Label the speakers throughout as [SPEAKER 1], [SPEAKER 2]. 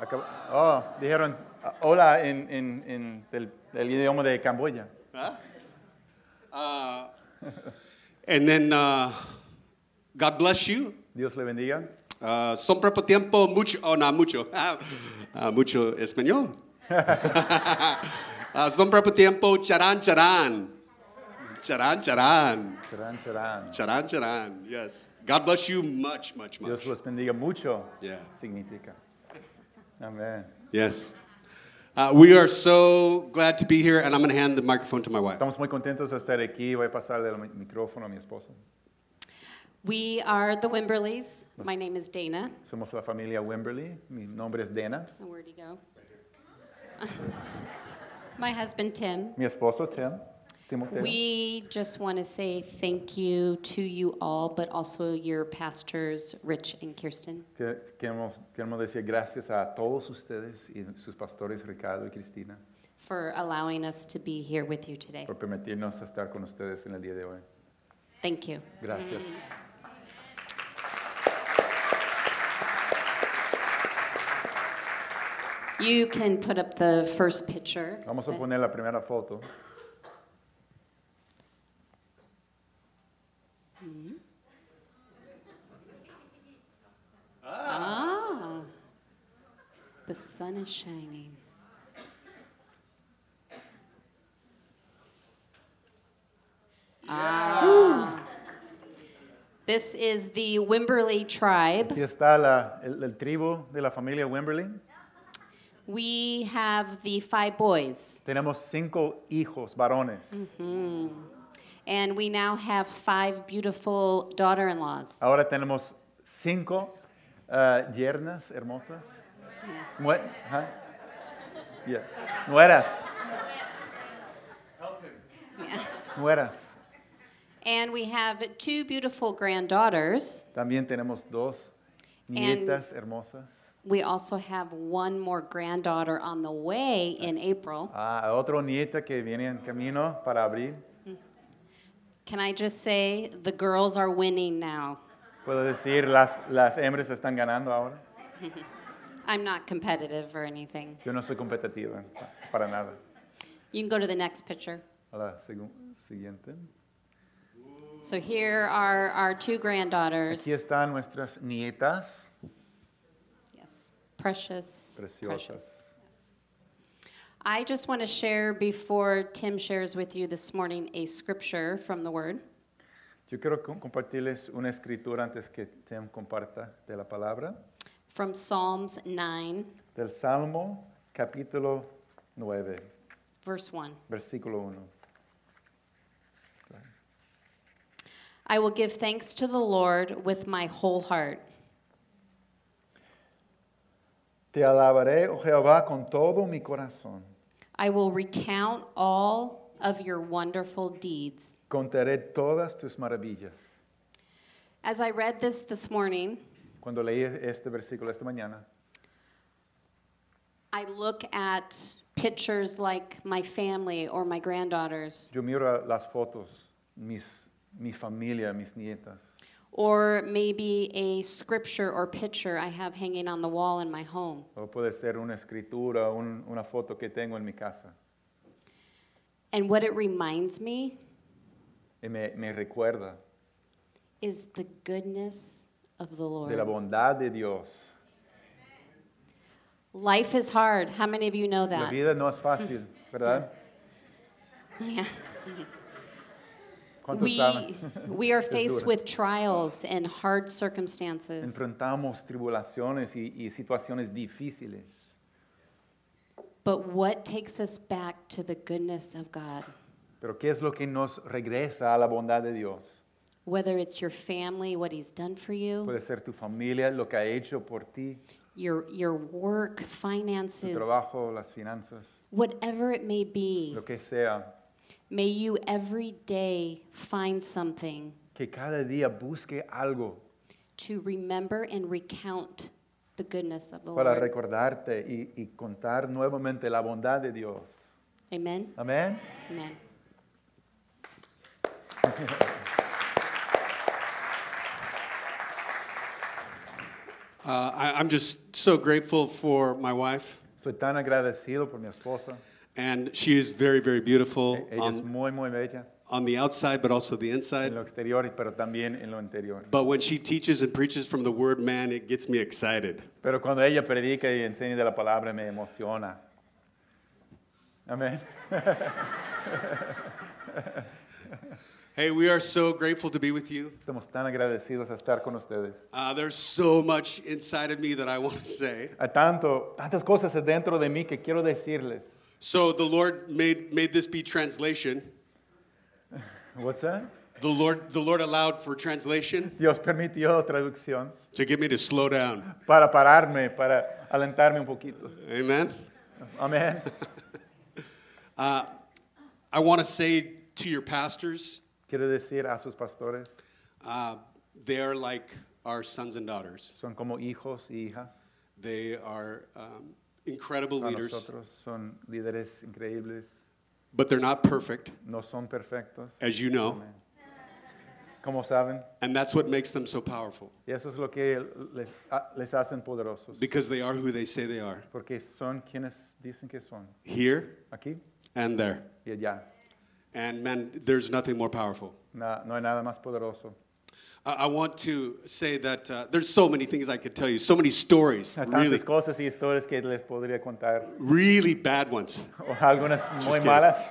[SPEAKER 1] Acab- oh, dijeron ah, hola en, en- en el, el idioma de Camboya.
[SPEAKER 2] Uh, And then uh, God bless you.
[SPEAKER 1] Dios le bendiga.
[SPEAKER 2] Ah, son propio tiempo mucho, oh no, mucho, Ah, ah, mucho español. Ah, son propio tiempo charán, charán. Charán, charán.
[SPEAKER 1] Charan, charan.
[SPEAKER 2] Charán, charán. Yes. God bless you much, much,
[SPEAKER 1] Dios
[SPEAKER 2] much.
[SPEAKER 1] los bendiga mucho.
[SPEAKER 2] Yeah.
[SPEAKER 1] Significa. Amén.
[SPEAKER 2] Yes. Uh, we are so glad to be here, and I'm going to hand the microphone to my wife. Uh,
[SPEAKER 1] Estamos muy contentos de estar aquí. Voy a pasarle el mi- micrófono a mi esposa.
[SPEAKER 3] We are the Wimberleys. My name is Dana.
[SPEAKER 1] Somos la familia Wimberly. Mi nombre es Dana.
[SPEAKER 3] And where'd he go? My husband Tim.
[SPEAKER 1] Mi esposo Tim. Timoteo.
[SPEAKER 3] We just want to say thank you to you all, but also your pastors, Rich and Kirsten.
[SPEAKER 1] Que- Queremos, queremos decir gracias a todos ustedes y sus pastores Ricardo y Cristina
[SPEAKER 3] For allowing us to be here with you today.
[SPEAKER 1] por permitirnos estar con ustedes en el día de hoy.
[SPEAKER 3] Thank you.
[SPEAKER 1] Gracias.
[SPEAKER 3] You can put up the first picture.
[SPEAKER 1] Vamos a
[SPEAKER 3] that-
[SPEAKER 1] poner la primera foto.
[SPEAKER 3] Ah, the sun is shining. Ah. This is the Wimberley tribe.
[SPEAKER 1] Aquí está la, el, el tribu de la familia Wimberly.
[SPEAKER 3] We have the five boys,
[SPEAKER 1] Tenemos cinco hijos varones.
[SPEAKER 3] and we now have five beautiful daughter in laws.
[SPEAKER 1] Ahora tenemos cinco ah, yernas hermosas. Nue- ajá. Yeah. Nueras. Nueras.
[SPEAKER 3] And we have two beautiful granddaughters.
[SPEAKER 1] También tenemos dos nietas hermosas.
[SPEAKER 3] We also have one more granddaughter on the way in April.
[SPEAKER 1] Ah, otro nieta que viene en camino para abril.
[SPEAKER 3] Can I just say the girls are winning now?
[SPEAKER 1] Puedo decir, las, las hembras están ganando ahora.
[SPEAKER 3] I'm not competitive or anything.
[SPEAKER 1] Yo no soy competitiva pa- para nada.
[SPEAKER 3] You can go to the next picture.
[SPEAKER 1] A la segu- siguiente.
[SPEAKER 3] So here are our two granddaughters.
[SPEAKER 1] Aquí están nuestras nietas
[SPEAKER 3] Yes. Precious. Precious.
[SPEAKER 1] preciosas.
[SPEAKER 3] I just want to share before Tim shares with you this morning a scripture from the Word.
[SPEAKER 1] Yo quiero com- compartirles una escritura antes que Tim comparta de la palabra.
[SPEAKER 3] From Psalms 9,
[SPEAKER 1] Del Salmo capítulo 9,
[SPEAKER 3] verse 1.
[SPEAKER 1] versículo 1.
[SPEAKER 3] I will give thanks to the Lord with my whole heart.
[SPEAKER 1] Te alabaré, oh Jehová, con todo mi corazón.
[SPEAKER 3] I will recount all of your wonderful deeds.
[SPEAKER 1] Contaré todas tus maravillas.
[SPEAKER 3] As I read this this morning,
[SPEAKER 1] Cuando leí este versículo esta mañana,
[SPEAKER 3] I look at pictures like my family or my granddaughters,
[SPEAKER 1] yo miro a las fotos, mis, mi familia, mis nietas,
[SPEAKER 3] or maybe a scripture or picture I have hanging on the wall in my home.
[SPEAKER 1] o puede ser una escritura, un- una foto que tengo en mi casa.
[SPEAKER 3] And what it reminds me
[SPEAKER 1] Y me, me recuerda
[SPEAKER 3] is the goodness of the
[SPEAKER 1] de la
[SPEAKER 3] Lord.
[SPEAKER 1] bondad de Dios.
[SPEAKER 3] Life is hard. How many of you
[SPEAKER 1] La
[SPEAKER 3] know that?
[SPEAKER 1] vida no es fácil, ¿verdad?
[SPEAKER 3] Yeah.
[SPEAKER 1] ¿Cuántos
[SPEAKER 3] We,
[SPEAKER 1] saben?
[SPEAKER 3] we are
[SPEAKER 1] Es
[SPEAKER 3] faced
[SPEAKER 1] dura.
[SPEAKER 3] with trials and hard circumstances.
[SPEAKER 1] Enfrentamos tribulaciones y, y situaciones difíciles,
[SPEAKER 3] But what takes us back to the goodness of God?
[SPEAKER 1] pero ¿qué es lo que nos regresa a la bondad de Dios?
[SPEAKER 3] Whether it's your family, what He's done for you,
[SPEAKER 1] Puede ser tu familia, lo que ha hecho por ti,
[SPEAKER 3] your your work,
[SPEAKER 1] tu
[SPEAKER 3] finances,
[SPEAKER 1] trabajo, las finanzas,
[SPEAKER 3] whatever it may be,
[SPEAKER 1] lo que sea.
[SPEAKER 3] may you every day find something
[SPEAKER 1] Que cada día busque algo
[SPEAKER 3] to remember and recount the goodness of the
[SPEAKER 1] para
[SPEAKER 3] Lord.
[SPEAKER 1] recordarte y, y contar nuevamente la bondad de Dios.
[SPEAKER 3] Amen.
[SPEAKER 1] Amén.
[SPEAKER 3] Amen.
[SPEAKER 2] Uh, I, I'm just so grateful for my wife,
[SPEAKER 1] Soy tan agradecido por mi esposa.
[SPEAKER 2] and she is very, very beautiful
[SPEAKER 1] Ella es
[SPEAKER 2] on,
[SPEAKER 1] muy, muy bella
[SPEAKER 2] on the outside, but also the
[SPEAKER 1] en
[SPEAKER 2] inside.
[SPEAKER 1] lo exterior, pero también en lo interior.
[SPEAKER 2] But when she teaches and preaches from the Word, man, it gets me excited.
[SPEAKER 1] Pero cuando ella predica y enseña de la palabra, me emociona. Amén.
[SPEAKER 2] Hey, we are so grateful to be with you.
[SPEAKER 1] Estamos tan agradecidos a estar con ustedes.
[SPEAKER 2] Uh, there's so much inside of me that I want to say.
[SPEAKER 1] Hay tanto, tantas cosas dentro de mí que quiero decirles.
[SPEAKER 2] So the Lord made made this be translation.
[SPEAKER 1] What's that?
[SPEAKER 2] The Lord the Lord allowed for translation
[SPEAKER 1] Dios permitió traducción
[SPEAKER 2] to get me to slow down.
[SPEAKER 1] para pararme, para alentarme un poquito.
[SPEAKER 2] Amen.
[SPEAKER 1] Amén.
[SPEAKER 2] I want to say to your pastors,
[SPEAKER 1] Quiero decir a sus pastores,
[SPEAKER 2] uh, they're like our sons and daughters.
[SPEAKER 1] son como hijos y hijas.
[SPEAKER 2] They are um, incredible
[SPEAKER 1] A
[SPEAKER 2] leaders,
[SPEAKER 1] nosotros son líderes increíbles,
[SPEAKER 2] but they're not perfect,
[SPEAKER 1] no son perfectos,
[SPEAKER 2] as you know,
[SPEAKER 1] como saben.
[SPEAKER 2] and that's what makes them so powerful
[SPEAKER 1] Y eso es lo que les, a- les hacen poderosos,
[SPEAKER 2] because they are who they say they are,
[SPEAKER 1] porque son quienes dicen que son,
[SPEAKER 2] here
[SPEAKER 1] aquí
[SPEAKER 2] and there.
[SPEAKER 1] y allá.
[SPEAKER 2] And man, there's nothing more powerful.
[SPEAKER 1] Na- no hay nada más poderoso.
[SPEAKER 2] I I want to say that uh, there's so many things I could tell you, so many stories,
[SPEAKER 1] Hay tantas
[SPEAKER 2] really,
[SPEAKER 1] cosas y historias que les podría contar,
[SPEAKER 2] really bad ones.
[SPEAKER 1] o algunas muy
[SPEAKER 2] kidding.
[SPEAKER 1] malas.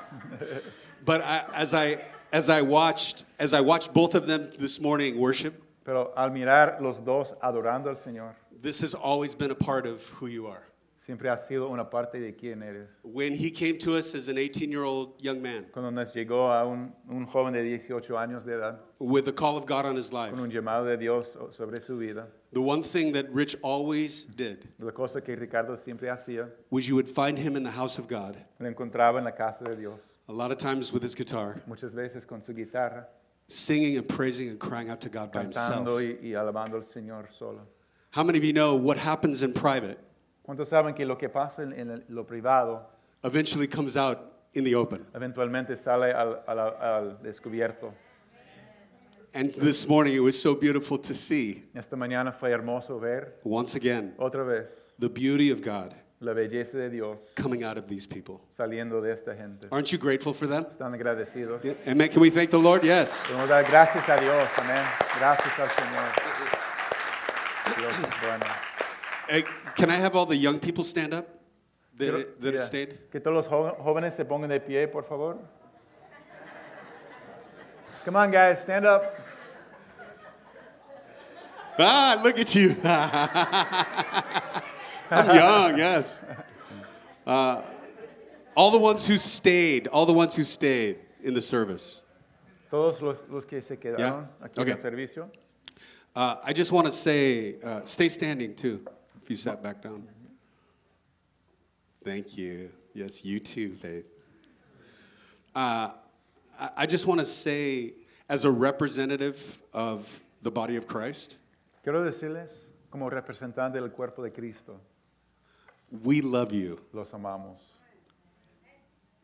[SPEAKER 2] But I, as I as I watched as I watched both of them this morning worship,
[SPEAKER 1] Pero al mirar los dos adorando al Señor,
[SPEAKER 2] this has always been a part of who you are.
[SPEAKER 1] siempre ha sido una parte de quién eres.
[SPEAKER 2] When he came to us as an 18-year-old young man
[SPEAKER 1] Cuando nos llegó a un, un joven de 18 años de edad,
[SPEAKER 2] with the call of God on his life,
[SPEAKER 1] con un llamado de Dios sobre su vida,
[SPEAKER 2] the one thing that Rich always did
[SPEAKER 1] la cosa que Ricardo siempre hacía,
[SPEAKER 2] was you would find him in the house of God,
[SPEAKER 1] lo encontraba en la casa de Dios,
[SPEAKER 2] a lot of times with his guitar,
[SPEAKER 1] muchas veces con su guitarra,
[SPEAKER 2] singing and praising and crying out to God by
[SPEAKER 1] cantando
[SPEAKER 2] himself.
[SPEAKER 1] y, y alabando al Señor solo.
[SPEAKER 2] How many of you know what happens in private
[SPEAKER 1] ¿Cuántos saben que lo que pasa en, en el- lo privado
[SPEAKER 2] eventually comes out in the open.
[SPEAKER 1] eventualmente sale al, al- al descubierto?
[SPEAKER 2] And this morning it was so beautiful to see,
[SPEAKER 1] Esta mañana fue hermoso ver
[SPEAKER 2] once again,
[SPEAKER 1] otra vez
[SPEAKER 2] the beauty of God
[SPEAKER 1] la belleza de Dios
[SPEAKER 2] coming out of these people.
[SPEAKER 1] saliendo de esta gente.
[SPEAKER 2] Aren't you grateful for them?
[SPEAKER 1] Están agradecidos.
[SPEAKER 2] Yeah. Amen. Can we thank the Lord? Yes.
[SPEAKER 1] Podemos dar gracias a Dios, amén. Gracias al Señor. Dios es bueno.
[SPEAKER 2] Hey, can I have all the young people stand up that,
[SPEAKER 1] Quiero-
[SPEAKER 2] that have
[SPEAKER 1] mira,
[SPEAKER 2] stayed?
[SPEAKER 1] Que todos los jo- jóvenes se pongan de pie, por favor. Come on, guys, stand up.
[SPEAKER 2] Ah, look at you. I'm young, yes. Uh, all the ones who stayed, all the ones who stayed in the service.
[SPEAKER 1] Todos los, los que se quedaron
[SPEAKER 2] Yeah?
[SPEAKER 1] aquí en
[SPEAKER 2] Okay.
[SPEAKER 1] el servicio.
[SPEAKER 2] Uh, I just want to say, uh, stay standing too, if you sat back down. Thank you. Yes, you too, babe. Uh, I, I just want to say, as a representative of the body of Christ,
[SPEAKER 1] Quiero decirles, como representante del cuerpo de Cristo,
[SPEAKER 2] we love you
[SPEAKER 1] los amamos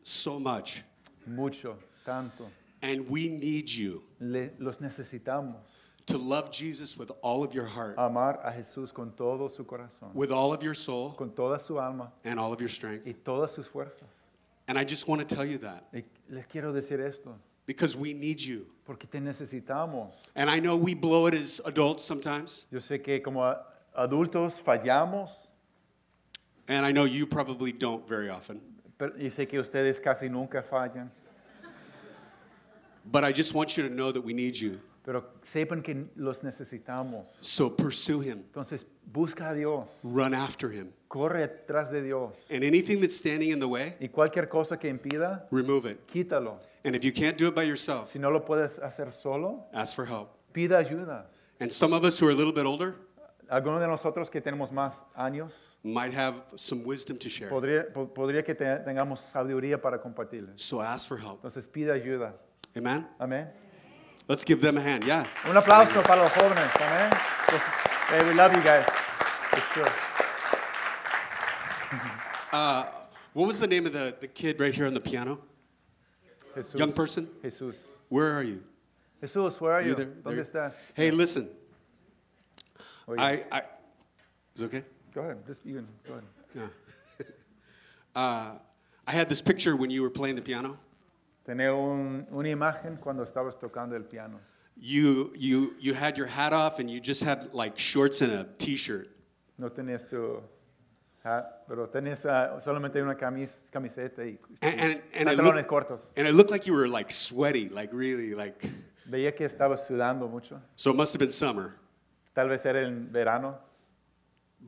[SPEAKER 2] so much,
[SPEAKER 1] mucho, tanto.
[SPEAKER 2] and we need you
[SPEAKER 1] Le- los necesitamos.
[SPEAKER 2] to love Jesus with all of your heart,
[SPEAKER 1] Amar a Jesús con todo su corazón,
[SPEAKER 2] with all of your soul,
[SPEAKER 1] con toda su alma
[SPEAKER 2] and all of your
[SPEAKER 1] y
[SPEAKER 2] strength.
[SPEAKER 1] todas sus fuerzas.
[SPEAKER 2] And I just want to tell you that
[SPEAKER 1] Y les quiero decir esto,
[SPEAKER 2] because we need you.
[SPEAKER 1] porque te necesitamos.
[SPEAKER 2] And I know we blow it as adults sometimes.
[SPEAKER 1] Yo sé que como a- adultos fallamos
[SPEAKER 2] And I know you probably don't very often,
[SPEAKER 1] pero- y sé que ustedes casi nunca fallan,
[SPEAKER 2] but I just want you to know that we need you.
[SPEAKER 1] pero sepan que los necesitamos.
[SPEAKER 2] So pursue him,
[SPEAKER 1] Entonces busca a Dios,
[SPEAKER 2] run after him.
[SPEAKER 1] corre atrás de Dios
[SPEAKER 2] And anything that's standing in the way,
[SPEAKER 1] y cualquier cosa que impida,
[SPEAKER 2] remove it.
[SPEAKER 1] quítalo.
[SPEAKER 2] And if you can't do it by yourself,
[SPEAKER 1] Si no lo puedes hacer solo,
[SPEAKER 2] ask for help.
[SPEAKER 1] pida ayuda.
[SPEAKER 2] And some of us who are a little bit older
[SPEAKER 1] Algunos de nosotros que tenemos más años,
[SPEAKER 2] might have some wisdom to share.
[SPEAKER 1] podría, po- podría que te- tengamos sabiduría para compartirles.
[SPEAKER 2] So ask for help.
[SPEAKER 1] Entonces pida ayuda.
[SPEAKER 2] Amen?
[SPEAKER 1] Amén.
[SPEAKER 2] Let's give them a hand. Yeah.
[SPEAKER 1] Un aplauso para los jóvenes. Amén. Pues, hey, we love you guys. For sure.
[SPEAKER 2] What was the name of the, the kid right here on the piano?
[SPEAKER 1] Jesús.
[SPEAKER 2] Young person?
[SPEAKER 1] Jesús.
[SPEAKER 2] Where are you?
[SPEAKER 1] Jesús, where are
[SPEAKER 2] You
[SPEAKER 1] you?
[SPEAKER 2] there?
[SPEAKER 1] ¿Dónde
[SPEAKER 2] There-
[SPEAKER 1] estás?
[SPEAKER 2] Hey, listen.
[SPEAKER 1] Oye,
[SPEAKER 2] I, I, Is it okay?
[SPEAKER 1] Go ahead. Just you. can- Go ahead.
[SPEAKER 2] Uh, I had this picture when you were playing the piano.
[SPEAKER 1] Tenía un- una imagen cuando estabas tocando el piano.
[SPEAKER 2] You, you, you had your hat off and you just had like shorts and a t shirt.
[SPEAKER 1] No tenías tu hat, pero tenías ah, solamente una camis- camiseta y
[SPEAKER 2] And, and, and, it
[SPEAKER 1] pantalones
[SPEAKER 2] looked,
[SPEAKER 1] cortos.
[SPEAKER 2] and it looked like you were like sweaty, like really, like.
[SPEAKER 1] Veía que estabas sudando mucho.
[SPEAKER 2] So it must have been summer.
[SPEAKER 1] Tal vez era en verano.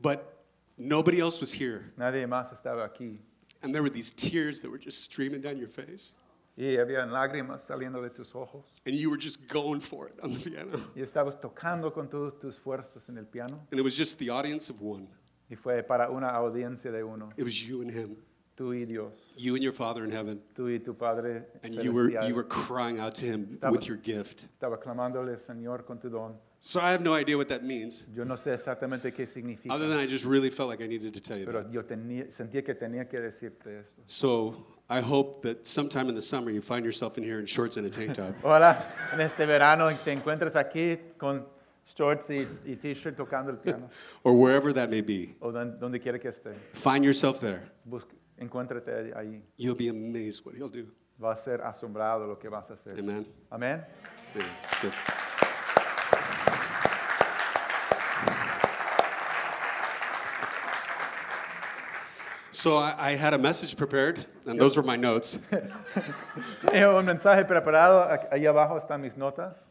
[SPEAKER 2] But nobody else was here.
[SPEAKER 1] Nadie más estaba aquí.
[SPEAKER 2] And there were these tears that were just streaming down your face.
[SPEAKER 1] Y había lágrimas saliendo de tus ojos.
[SPEAKER 2] And you were just going for it on the piano.
[SPEAKER 1] Y estabas tocando con todos tus esfuerzos en el piano.
[SPEAKER 2] And it was just the audience of one.
[SPEAKER 1] Y fue para una audiencia de uno.
[SPEAKER 2] It was you and him,
[SPEAKER 1] Tú y Dios.
[SPEAKER 2] you and your Father in heaven.
[SPEAKER 1] Tú y tu Padre.
[SPEAKER 2] And you were,
[SPEAKER 1] celestial.
[SPEAKER 2] you were crying out to him
[SPEAKER 1] Estaba-
[SPEAKER 2] with your gift.
[SPEAKER 1] Estaba clamándole, Señor, con tu don.
[SPEAKER 2] So I have no idea what that means,
[SPEAKER 1] Yo no sé exactamente qué significa.
[SPEAKER 2] other than I just really felt like I needed to tell you that.
[SPEAKER 1] Pero yo tenía, sentía que tenía que decirte esto.
[SPEAKER 2] So I hope that sometime in the summer you find yourself in here in shorts and a tank top.
[SPEAKER 1] Hola, en este verano te encuentras aquí con shorts y, y t-shirt tocando el piano.
[SPEAKER 2] or wherever that may be.
[SPEAKER 1] o don- donde quiera que esté.
[SPEAKER 2] Find yourself there.
[SPEAKER 1] Busca, encuéntrate ahí.
[SPEAKER 2] You'll be amazed what he'll do.
[SPEAKER 1] Va a ser asombrado lo que vas a hacer.
[SPEAKER 2] Amen.
[SPEAKER 1] Amén.
[SPEAKER 2] Yeah, it's good. So I, I had a message prepared, and those were my notes.
[SPEAKER 1] Tengo un mensaje preparado. Ac- Ahí abajo están mis notas.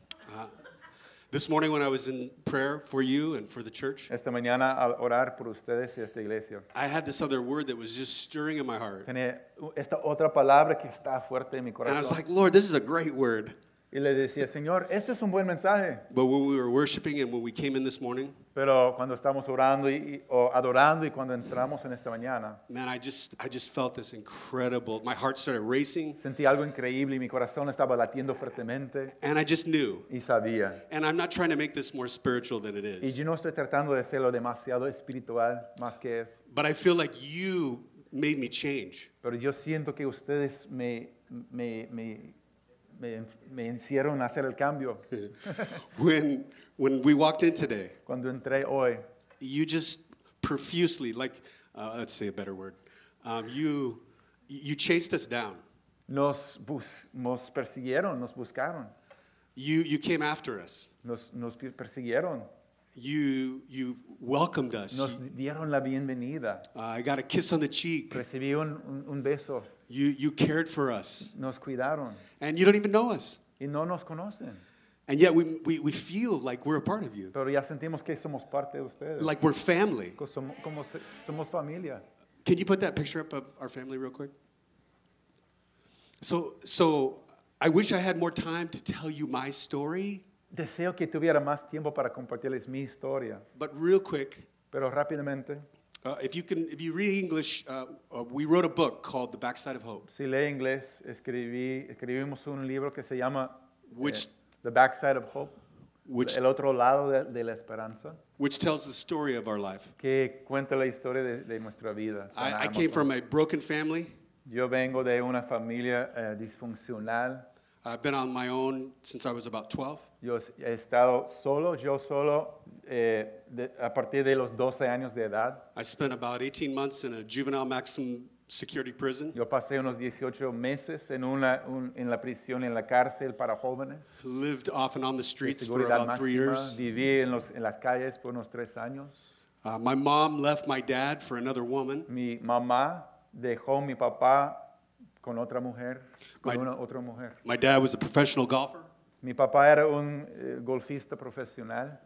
[SPEAKER 2] This morning, when I was in prayer for you and for the church,
[SPEAKER 1] Esta mañana al orar por ustedes y esta iglesia.
[SPEAKER 2] I had this other word that was just stirring in my heart.
[SPEAKER 1] Tenía u- esta otra palabra que está fuerte en mi
[SPEAKER 2] And I was
[SPEAKER 1] corazón.
[SPEAKER 2] like, Lord, this is a great word.
[SPEAKER 1] y le decía, Señor, este es un buen mensaje.
[SPEAKER 2] But when we were worshiping and when we came in this morning,
[SPEAKER 1] Pero cuando estamos orando y, y- o adorando y cuando entramos en esta mañana,
[SPEAKER 2] man, I just, I just felt this incredible. My heart started racing,
[SPEAKER 1] sentí algo increíble y mi corazón estaba latiendo fuertemente
[SPEAKER 2] and I just knew.
[SPEAKER 1] y sabía.
[SPEAKER 2] And I'm not trying to make this more spiritual than it
[SPEAKER 1] Y
[SPEAKER 2] is.
[SPEAKER 1] yo no estoy tratando de hacerlo demasiado espiritual, más que es.
[SPEAKER 2] But I feel like you made me change.
[SPEAKER 1] Pero yo siento que ustedes me, me, me, me, me hicieron hacer el cambio.
[SPEAKER 2] When when we walked in today,
[SPEAKER 1] Cuando entré hoy,
[SPEAKER 2] you just profusely, like, uh, let's say a better word, um, you you chased us down.
[SPEAKER 1] nos, bus- nos persiguieron, nos buscaron,
[SPEAKER 2] You you came after us.
[SPEAKER 1] nos, nos pi- persiguieron,
[SPEAKER 2] You you welcomed us.
[SPEAKER 1] nos dieron la bienvenida.
[SPEAKER 2] Uh, I got a kiss on the cheek.
[SPEAKER 1] Recibí un, un- un beso,
[SPEAKER 2] You you cared for us,
[SPEAKER 1] nos cuidaron
[SPEAKER 2] and you don't even know us,
[SPEAKER 1] y no nos conocen,
[SPEAKER 2] and yet we we, we feel like we're a part of you,
[SPEAKER 1] pero ya sentimos que somos parte de ustedes.
[SPEAKER 2] like we're family.
[SPEAKER 1] Co- somo- como se- somos familia.
[SPEAKER 2] Can you put that picture up of our family real quick? So, so I wish I had more time to tell you my story,
[SPEAKER 1] Deseo que tuviera más tiempo para compartirles mi historia,
[SPEAKER 2] but real quick,
[SPEAKER 1] pero rápidamente,
[SPEAKER 2] uh, if you can, if you read English, uh, uh, we wrote a book called The Backside of Hope,
[SPEAKER 1] si lee inglés, escribí, escribimos un libro que se llama eh,
[SPEAKER 2] Which-
[SPEAKER 1] The Backside of Hope,
[SPEAKER 2] which
[SPEAKER 1] El otro lado de, de la esperanza,
[SPEAKER 2] which tells the story of our life.
[SPEAKER 1] que cuenta la historia de, de nuestra vida. Está en
[SPEAKER 2] I, I
[SPEAKER 1] Amazon.
[SPEAKER 2] came from a broken family.
[SPEAKER 1] Yo vengo de una familia eh, disfuncional.
[SPEAKER 2] I've been on my own since I was about 12.
[SPEAKER 1] Yo he estado solo, yo solo, eh, de- a partir de los 12 años de edad.
[SPEAKER 2] I spent about 18 months in a juvenile maximum security prison,
[SPEAKER 1] Yo pasé unos 18 meses en, una, un- en la prisión, en la cárcel para jóvenes.
[SPEAKER 2] lived off and on the
[SPEAKER 1] de
[SPEAKER 2] streets for
[SPEAKER 1] seguridad
[SPEAKER 2] about three
[SPEAKER 1] máxima.
[SPEAKER 2] years.
[SPEAKER 1] Viví en, los- en las calles por unos tres años.
[SPEAKER 2] Uh, my mom left my dad for another woman.
[SPEAKER 1] Mi mamá dejó a mi papá con otra mujer, con
[SPEAKER 2] My-
[SPEAKER 1] una otra mujer.
[SPEAKER 2] My dad was a professional golfer,
[SPEAKER 1] Mi papá era un eh, golfista profesional.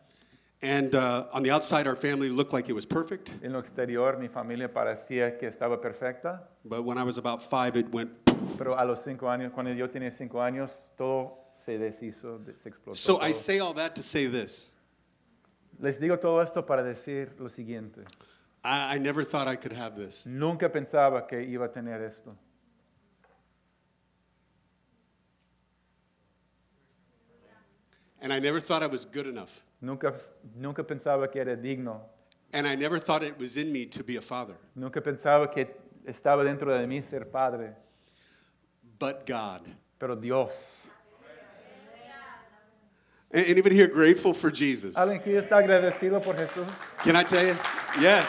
[SPEAKER 2] and uh, on the outside, our family looked like it was perfect.
[SPEAKER 1] En lo exterior, mi familia parecía que estaba perfecta,
[SPEAKER 2] But when I was about five, it went.
[SPEAKER 1] pero a los cinco años, cuando yo tenía cinco anos, todo se deshizo, de- se explotó.
[SPEAKER 2] So I
[SPEAKER 1] todo.
[SPEAKER 2] say all that to say this
[SPEAKER 1] Les digo todo esto para decir lo siguiente.
[SPEAKER 2] I, I never thought I could have this.
[SPEAKER 1] Nunca pensaba que iba a tener esto.
[SPEAKER 2] And I never thought I was good enough.
[SPEAKER 1] Nunca, nunca pensaba que era digno.
[SPEAKER 2] And I never thought it was in me to be a father.
[SPEAKER 1] Nunca pensaba que estaba dentro de mí ser padre.
[SPEAKER 2] But God.
[SPEAKER 1] Pero Dios.
[SPEAKER 2] A- Anybody here grateful for Jesus?
[SPEAKER 1] ¿Alguien que está agradecido por Jesús?
[SPEAKER 2] Can I tell you? Yes.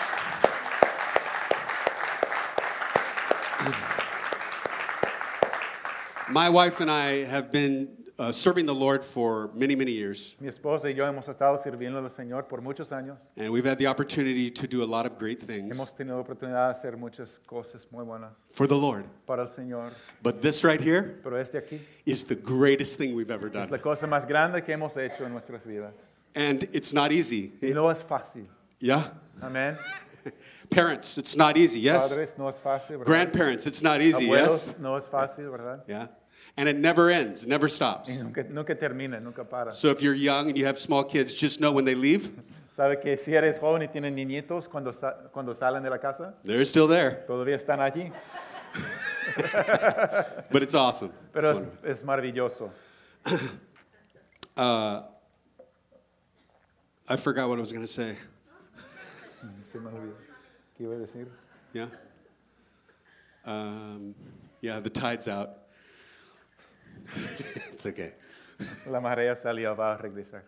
[SPEAKER 2] My wife and I have been uh, serving the Lord for many, many years,
[SPEAKER 1] Mi esposa y yo hemos estado sirviendo al Señor por muchos años.
[SPEAKER 2] and we've had the opportunity to do a lot of great things
[SPEAKER 1] Hemos tenido oportunidad de hacer muchas cosas muy buenas
[SPEAKER 2] for the Lord.
[SPEAKER 1] para el Señor.
[SPEAKER 2] But this right here
[SPEAKER 1] Pero este aquí
[SPEAKER 2] is the greatest thing we've ever
[SPEAKER 1] es la
[SPEAKER 2] done.
[SPEAKER 1] cosa más grande que hemos hecho en nuestras vidas.
[SPEAKER 2] And it's not easy.
[SPEAKER 1] Y no es fácil.
[SPEAKER 2] Yeah.
[SPEAKER 1] Amén.
[SPEAKER 2] Parents, it's not easy. Yes.
[SPEAKER 1] Padres, no es fácil, ¿verdad?
[SPEAKER 2] Grandparents, it's not easy.
[SPEAKER 1] Abuelos,
[SPEAKER 2] Yes.
[SPEAKER 1] no es fácil, ¿verdad?
[SPEAKER 2] Yeah. And it never ends, never
[SPEAKER 1] Y
[SPEAKER 2] stops.
[SPEAKER 1] nunca, nunca termina, nunca para.
[SPEAKER 2] So if you're young and you have small kids, just know when they leave,
[SPEAKER 1] ¿Sabe que si eres joven y tienes niñitos cuando, sa- cuando salen de la casa?
[SPEAKER 2] they're still there.
[SPEAKER 1] Todavía están allí.
[SPEAKER 2] But it's awesome.
[SPEAKER 1] Pero
[SPEAKER 2] It's
[SPEAKER 1] es, es maravilloso.
[SPEAKER 2] I forgot what I was going to say.
[SPEAKER 1] Se me olvidó. ¿Qué iba a decir?
[SPEAKER 2] Yeah. Um, yeah, the tide's out. it's okay.
[SPEAKER 1] La marea salió, va a regresar.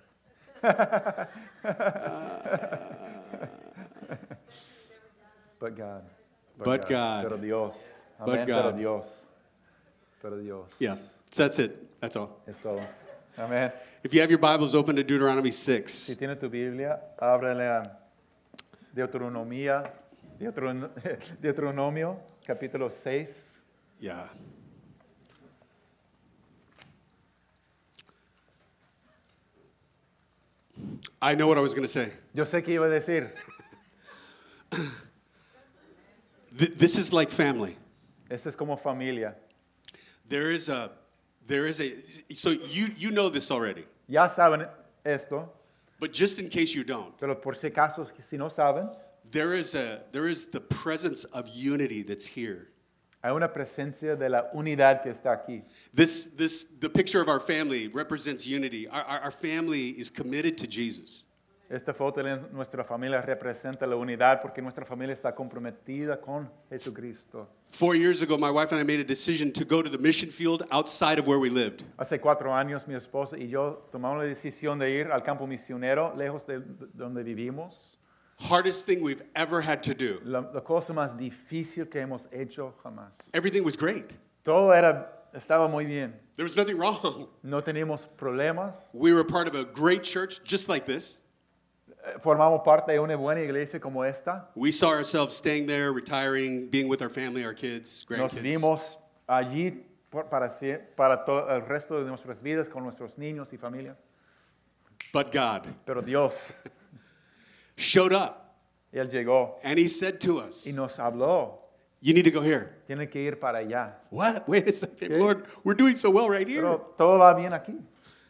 [SPEAKER 1] But God.
[SPEAKER 2] But God.
[SPEAKER 1] Pero Dios.
[SPEAKER 2] But
[SPEAKER 1] Amén, Pero
[SPEAKER 2] God.
[SPEAKER 1] Dios. Pero Dios.
[SPEAKER 2] Yeah. So that's it. That's all.
[SPEAKER 1] Es todo. Amén.
[SPEAKER 2] If you have your Bibles open to Deuteronomy
[SPEAKER 1] Si
[SPEAKER 2] 6,
[SPEAKER 1] tiene tu Biblia, ábrele a Deuteronomía, Deuteron- Deuteronomio, capítulo 6.
[SPEAKER 2] yeah. I know what I was going to say.
[SPEAKER 1] Yo sé que iba a decir,
[SPEAKER 2] Th- this is like family.
[SPEAKER 1] esto es como familia.
[SPEAKER 2] There is a, there is a, so you, you know this already,
[SPEAKER 1] Ya saben esto,
[SPEAKER 2] but just in case you don't,
[SPEAKER 1] pero por si acaso, si no saben,
[SPEAKER 2] there is a, there is the presence of unity that's here.
[SPEAKER 1] hay una presencia de la unidad que está aquí.
[SPEAKER 2] This, this, the picture of our family represents unity. Our, our, our family is committed to Jesus.
[SPEAKER 1] Esta foto de nuestra familia representa la unidad porque nuestra familia está comprometida con Jesucristo.
[SPEAKER 2] Four years ago, my wife and I made a decision to go to the mission field outside of where we lived.
[SPEAKER 1] Hace cuatro años mi esposa y yo tomamos la decisión de ir al campo misionero, lejos de de donde vivimos.
[SPEAKER 2] Hardest thing we've ever had to do.
[SPEAKER 1] La, la cosa más difícil que hemos hecho jamás.
[SPEAKER 2] Everything was great.
[SPEAKER 1] Todo era, estaba muy bien.
[SPEAKER 2] There was nothing wrong.
[SPEAKER 1] No teníamos problemas.
[SPEAKER 2] We were part of a great church just like this.
[SPEAKER 1] Eh, Formamos parte de una buena iglesia como esta.
[SPEAKER 2] We saw ourselves staying there, retiring, being with our family, our kids,
[SPEAKER 1] Nos
[SPEAKER 2] grandkids.
[SPEAKER 1] vimos allí por- para, sie- para todo el resto de nuestras vidas con nuestros niños y familia.
[SPEAKER 2] But God
[SPEAKER 1] Pero Dios,
[SPEAKER 2] showed up
[SPEAKER 1] Él llegó
[SPEAKER 2] and He said to us,
[SPEAKER 1] y nos habló.
[SPEAKER 2] You need to go here.
[SPEAKER 1] Tienen que ir para allá.
[SPEAKER 2] What? Wait a second, Lord, we're doing so well right here.
[SPEAKER 1] Pero todo va bien aquí.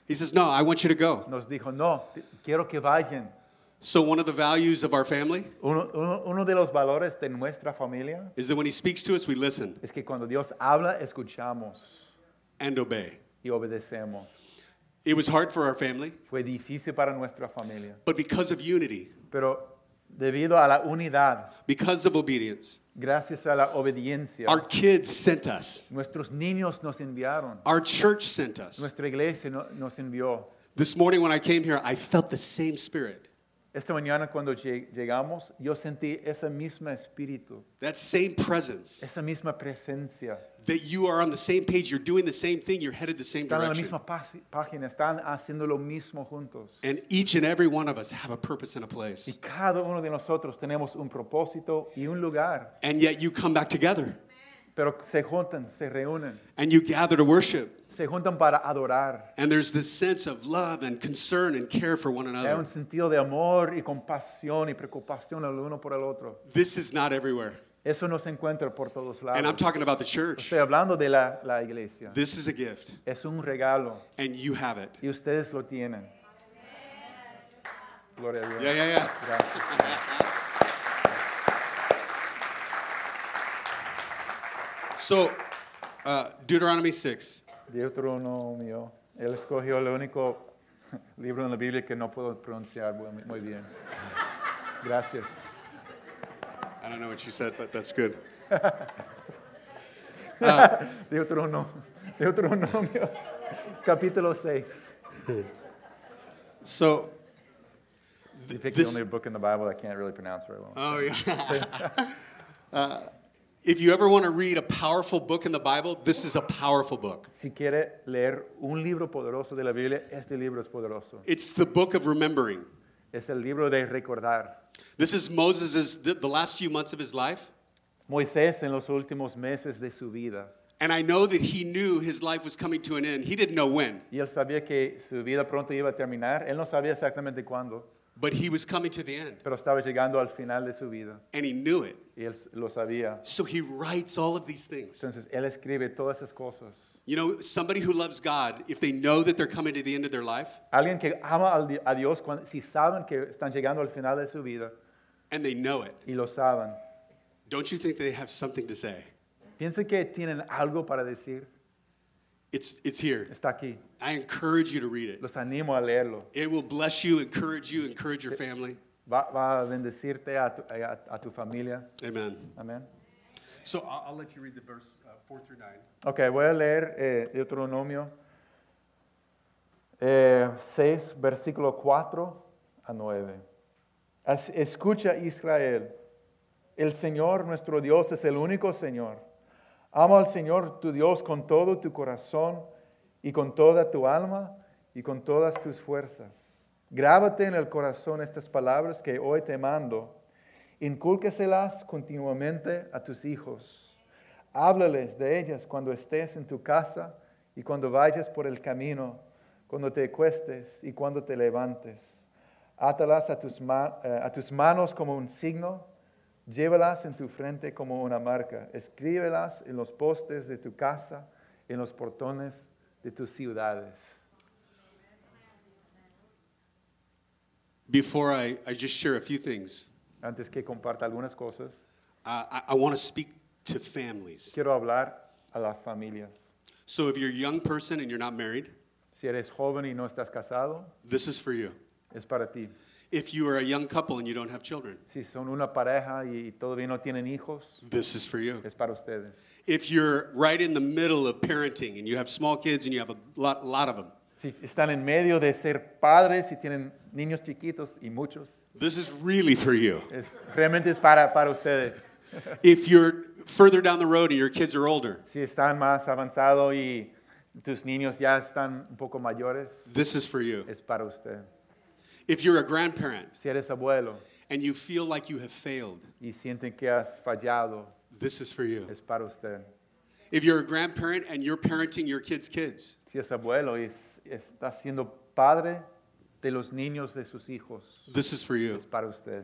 [SPEAKER 2] He says, No, I want you to go.
[SPEAKER 1] Nos dijo, no, te- quiero que vayan.
[SPEAKER 2] So, one of the values of our family
[SPEAKER 1] Uno- uno- uno de los valores de nuestra familia
[SPEAKER 2] is that when He speaks to us, we listen
[SPEAKER 1] es que cuando Dios habla, escuchamos.
[SPEAKER 2] and obey.
[SPEAKER 1] y obedecemos.
[SPEAKER 2] It was hard for our family,
[SPEAKER 1] Fue difícil para nuestra familia,
[SPEAKER 2] but because of unity,
[SPEAKER 1] pero debido a la unidad,
[SPEAKER 2] because of obedience,
[SPEAKER 1] gracias a la obediencia,
[SPEAKER 2] our kids sent us,
[SPEAKER 1] nuestros niños nos enviaron,
[SPEAKER 2] our church sent us.
[SPEAKER 1] nuestra iglesia no- nos envió.
[SPEAKER 2] This morning when I came here, I felt the same spirit,
[SPEAKER 1] Esta mañana cuando lleg- llegamos, yo sentí ese mismo espíritu,
[SPEAKER 2] that same presence.
[SPEAKER 1] esa misma presencia.
[SPEAKER 2] that you are on the same page, you're doing the same thing, you're headed the same
[SPEAKER 1] Están en la
[SPEAKER 2] direction.
[SPEAKER 1] misma pas- página, están haciendo lo mismo juntos.
[SPEAKER 2] And each and every one of us have a purpose and a
[SPEAKER 1] Y
[SPEAKER 2] place.
[SPEAKER 1] cada uno de nosotros tenemos un propósito y un lugar,
[SPEAKER 2] And yet you come back together
[SPEAKER 1] pero se juntan, se reúnen,
[SPEAKER 2] and you gather to worship.
[SPEAKER 1] se juntan para adorar.
[SPEAKER 2] And there's this sense of love and concern and care for one
[SPEAKER 1] Hay un
[SPEAKER 2] another.
[SPEAKER 1] sentido de amor y compasión y preocupación el uno por el otro.
[SPEAKER 2] This is not everywhere.
[SPEAKER 1] Eso no se encuentra por todos
[SPEAKER 2] And I'm
[SPEAKER 1] lados.
[SPEAKER 2] talking about the church.
[SPEAKER 1] Estoy hablando de la, la iglesia.
[SPEAKER 2] This is a gift,
[SPEAKER 1] Es un regalo
[SPEAKER 2] and you have it.
[SPEAKER 1] y ustedes lo tienen. Gloria a Dios.
[SPEAKER 2] Yeah, yeah, yeah.
[SPEAKER 1] Gracias. Señor.
[SPEAKER 2] So, uh, Deuteronomy 6.
[SPEAKER 1] Deuteronomio. Él escogió el único libro en la Biblia que no puedo pronunciar muy muy bien. Gracias.
[SPEAKER 2] I don't know what you said, but that's good.
[SPEAKER 1] Deuteronomio, Deuteronomio capítulo 6.
[SPEAKER 2] So,
[SPEAKER 1] You picked
[SPEAKER 2] This-
[SPEAKER 1] the only book in the Bible I can't really pronounce very well.
[SPEAKER 2] oh yeah. Uh, if you ever want to read a powerful book in the Bible, this is a powerful book.
[SPEAKER 1] Si quiere leer un libro poderoso de la Biblia, este libro es poderoso.
[SPEAKER 2] It's the book of remembering.
[SPEAKER 1] Es el libro de recordar.
[SPEAKER 2] This is Moses' the, the last few months of his life,
[SPEAKER 1] Moisés en los últimos meses de su vida.
[SPEAKER 2] and I know that he knew his life was coming to an end. He didn't know when,
[SPEAKER 1] Y él sabía que su vida pronto iba a terminar. Él no sabía exactamente cuándo,
[SPEAKER 2] but he was coming to the end,
[SPEAKER 1] pero estaba llegando al final de su vida.
[SPEAKER 2] and he knew it.
[SPEAKER 1] Y él lo sabía.
[SPEAKER 2] So he writes all of these things.
[SPEAKER 1] Entonces, él escribe todas esas cosas.
[SPEAKER 2] You know, somebody who loves God, if they know that they're coming to the end of their life
[SPEAKER 1] Alguien que ama al di- a Dios, cuando- si saben que están llegando al final de su vida
[SPEAKER 2] and they know it,
[SPEAKER 1] y lo saben,
[SPEAKER 2] don't you think they have something to say?
[SPEAKER 1] piensen que tienen algo para decir.
[SPEAKER 2] It's, it's here.
[SPEAKER 1] Está aquí.
[SPEAKER 2] I encourage you to read it.
[SPEAKER 1] Los animo a leerlo.
[SPEAKER 2] It will bless you, encourage you, encourage your family.
[SPEAKER 1] Va, va a bendecirte a tu, a- a tu familia.
[SPEAKER 2] Amen.
[SPEAKER 1] Amén.
[SPEAKER 2] So I'll, I'll let you read the verse uh, four through nine.
[SPEAKER 1] Ok, voy a leer eh, Deuteronomio eh, 6, versículo 4 a 9. As- Escucha Israel, el Señor nuestro Dios es el único Señor. Ama al Señor tu Dios con todo tu corazón y con toda tu alma y con todas tus fuerzas. Grábate en el corazón estas palabras que hoy te mando. Incúlqueselas continuamente a tus hijos. Háblales de ellas cuando estés en tu casa y cuando vayas por el camino, cuando te acuestes y cuando te levantes. Átalas a tus, ma- eh, a tus manos como un signo, llévalas en tu frente como una marca, escríbelas en los postes de tu casa, en los portones de tus ciudades.
[SPEAKER 2] Before I, I just share a few things,
[SPEAKER 1] Antes que comparta algunas cosas,
[SPEAKER 2] uh, I, I want to speak to families.
[SPEAKER 1] quiero hablar a las familias.
[SPEAKER 2] So if you're a young person and you're not married,
[SPEAKER 1] Si eres joven y no estás casado,
[SPEAKER 2] this is for you.
[SPEAKER 1] es para ti.
[SPEAKER 2] If you are a young couple and you don't have children,
[SPEAKER 1] Si son una pareja y todavía no tienen hijos,
[SPEAKER 2] this is for you.
[SPEAKER 1] es para ustedes.
[SPEAKER 2] If you're right in the middle of parenting and you have small kids and you have a lot, lot of them,
[SPEAKER 1] Si están en medio de ser padres y tienen niños chiquitos y muchos,
[SPEAKER 2] this is really for you.
[SPEAKER 1] es- realmente es para, para ustedes.
[SPEAKER 2] If you're further down the road and your kids are older,
[SPEAKER 1] Si están más avanzados y tus niños ya están un poco mayores,
[SPEAKER 2] this is for you.
[SPEAKER 1] es para usted.
[SPEAKER 2] If you're a grandparent
[SPEAKER 1] Si eres abuelo
[SPEAKER 2] and you feel like you have failed,
[SPEAKER 1] y sienten que has fallado,
[SPEAKER 2] this is for you.
[SPEAKER 1] es para usted.
[SPEAKER 2] If you're a grandparent and you're parenting your kids' kids,
[SPEAKER 1] Si es abuelo y es- está siendo padre de los niños de sus hijos,
[SPEAKER 2] this is for you.
[SPEAKER 1] es para usted.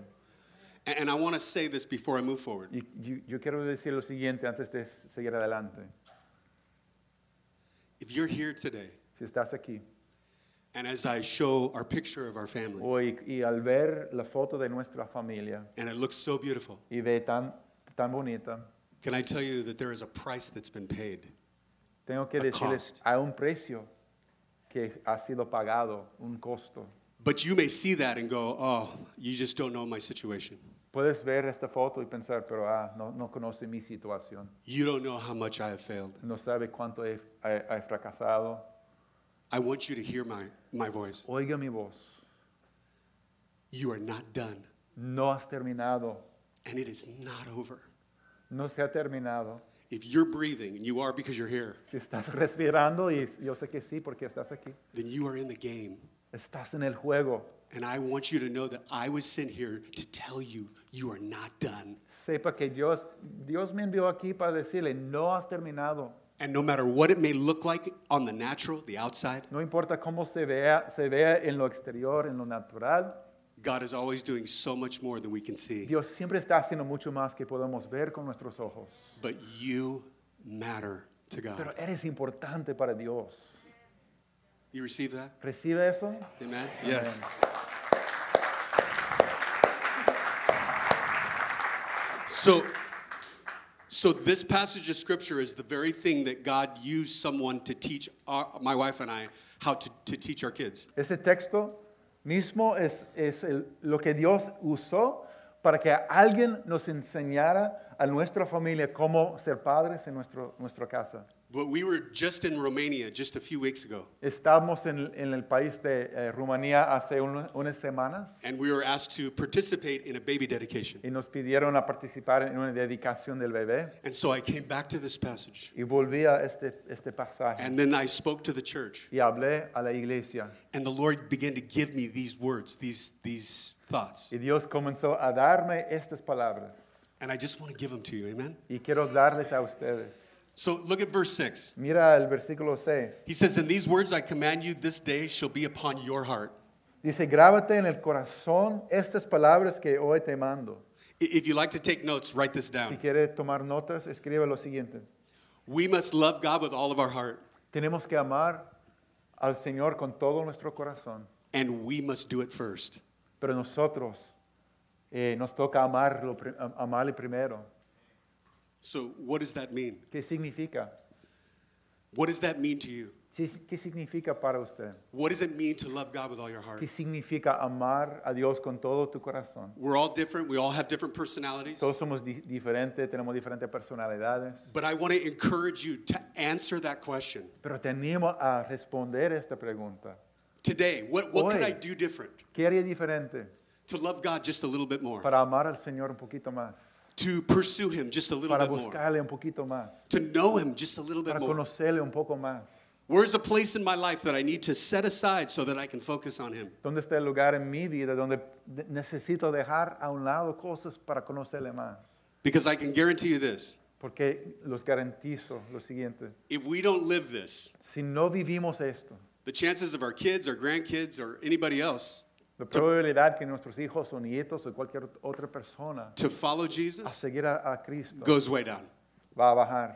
[SPEAKER 2] And and I want to say this before I move forward.
[SPEAKER 1] Y yo, yo quiero decir lo siguiente antes de s- seguir adelante.
[SPEAKER 2] If you're here today,
[SPEAKER 1] Si estás aquí
[SPEAKER 2] and as I show our picture of our family,
[SPEAKER 1] hoy y al ver la foto de nuestra familia
[SPEAKER 2] and it looks so beautiful,
[SPEAKER 1] y ve tan, tan bonita,
[SPEAKER 2] can I tell you that there is a price that's been paid?
[SPEAKER 1] tengo que
[SPEAKER 2] A
[SPEAKER 1] decirles,
[SPEAKER 2] cost.
[SPEAKER 1] hay un precio que ha sido pagado, un costo.
[SPEAKER 2] But you may see that and go, oh, you just don't know my situation.
[SPEAKER 1] Puedes ver esta foto y pensar, pero ah, no, no conoce mi situación,
[SPEAKER 2] You don't know how much I have failed.
[SPEAKER 1] no sabe cuánto he, he- he fracasado.
[SPEAKER 2] I want you to hear my, my voice.
[SPEAKER 1] Oiga mi voz,
[SPEAKER 2] You are not done,
[SPEAKER 1] no has terminado,
[SPEAKER 2] and it is not over.
[SPEAKER 1] no se ha terminado.
[SPEAKER 2] If you're breathing, and you are because you're here,
[SPEAKER 1] Si estás respirando, y yo sé que sí, porque estás aquí,
[SPEAKER 2] then you are in the game.
[SPEAKER 1] estás en el juego.
[SPEAKER 2] And I want you to know that I was sent here to tell you you are not done.
[SPEAKER 1] Sepa que Dios, Dios me envió aquí para decirle, no has terminado.
[SPEAKER 2] And no matter what it may look like on the natural, the outside,
[SPEAKER 1] No importa cómo se vea, se vea en lo exterior, en lo natural,
[SPEAKER 2] God is always doing so much more than we can see.
[SPEAKER 1] Dios siempre está haciendo mucho más que podemos ver con nuestros ojos.
[SPEAKER 2] But you matter to God.
[SPEAKER 1] Pero eres importante para Dios.
[SPEAKER 2] You receive that?
[SPEAKER 1] ¿Recibe eso?
[SPEAKER 2] Amen? Yes. So, so this passage of scripture is the very thing that God used someone to teach our, my wife and I how to, to teach our kids.
[SPEAKER 1] Ese texto mismo es, es el- lo que Dios usó para que alguien nos enseñara a nuestra familia cómo ser padres en nuestro, nuestra casa.
[SPEAKER 2] But we were just in Romania just a few weeks ago,
[SPEAKER 1] Estamos en, en el país de eh, Rumanía hace un- unas semanas
[SPEAKER 2] and we were asked to participate in a baby dedication.
[SPEAKER 1] y nos pidieron a participar en una dedicación del bebé
[SPEAKER 2] And so I came back to this passage,
[SPEAKER 1] y volví a este, este pasaje
[SPEAKER 2] and then I spoke to the church,
[SPEAKER 1] y hablé a la iglesia
[SPEAKER 2] and the Lord began to give me these words, these, these thoughts.
[SPEAKER 1] y Dios comenzó a darme estas palabras
[SPEAKER 2] And I just want to give them to you, amen?
[SPEAKER 1] y quiero darles a ustedes.
[SPEAKER 2] So look at verse 6.
[SPEAKER 1] Mira el versículo 6.
[SPEAKER 2] He says, And these words I command you this day shall be upon your heart.
[SPEAKER 1] Dice, grábate en el corazón estas palabras que hoy te mando.
[SPEAKER 2] I- If you like to take notes, write this
[SPEAKER 1] Si
[SPEAKER 2] down.
[SPEAKER 1] quiere tomar notas, escribe lo siguiente.
[SPEAKER 2] We must love God with all of our heart,
[SPEAKER 1] Tenemos que amar al Señor con todo nuestro corazón,
[SPEAKER 2] and we must do it first.
[SPEAKER 1] pero nosotros eh, nos toca amarlo, pri- am- amarle primero.
[SPEAKER 2] So, what does that mean?
[SPEAKER 1] ¿Qué significa?
[SPEAKER 2] What does that mean to you?
[SPEAKER 1] Sí, ¿Qué significa para usted?
[SPEAKER 2] What does it mean to love God with all your heart?
[SPEAKER 1] ¿Qué significa amar a Dios con todo tu corazón?
[SPEAKER 2] We're all different, we all have different personalities.
[SPEAKER 1] Todos somos di- diferentes, tenemos diferentes personalidades,
[SPEAKER 2] But I want to encourage you to answer that question
[SPEAKER 1] pero tenemos a responder esta pregunta.
[SPEAKER 2] today. What, what could
[SPEAKER 1] Hoy.
[SPEAKER 2] I do different
[SPEAKER 1] ¿Qué haría diferente
[SPEAKER 2] to love God just a little bit more,
[SPEAKER 1] para amar al Señor un poquito más?
[SPEAKER 2] to pursue Him just a little
[SPEAKER 1] Para
[SPEAKER 2] bit more,
[SPEAKER 1] buscarle un poquito más,
[SPEAKER 2] to know Him just a little bit
[SPEAKER 1] para
[SPEAKER 2] more?
[SPEAKER 1] conocerle un poco más.
[SPEAKER 2] Where's a place in my life that I need to set aside so that I can focus on Him?
[SPEAKER 1] ¿Dónde está el lugar en mi vida donde de- necesito dejar a un lado cosas para conocerle más?
[SPEAKER 2] Because I can guarantee you this
[SPEAKER 1] Porque los garantizo lo siguiente,
[SPEAKER 2] if we don't live this,
[SPEAKER 1] si no vivimos esto,
[SPEAKER 2] the chances of our kids, our grandkids, or anybody else
[SPEAKER 1] la probabilidad que nuestros hijos o nietos o cualquier otra persona
[SPEAKER 2] to follow
[SPEAKER 1] a
[SPEAKER 2] Jesus
[SPEAKER 1] seguir a, a Cristo
[SPEAKER 2] goes way down.
[SPEAKER 1] va a bajar.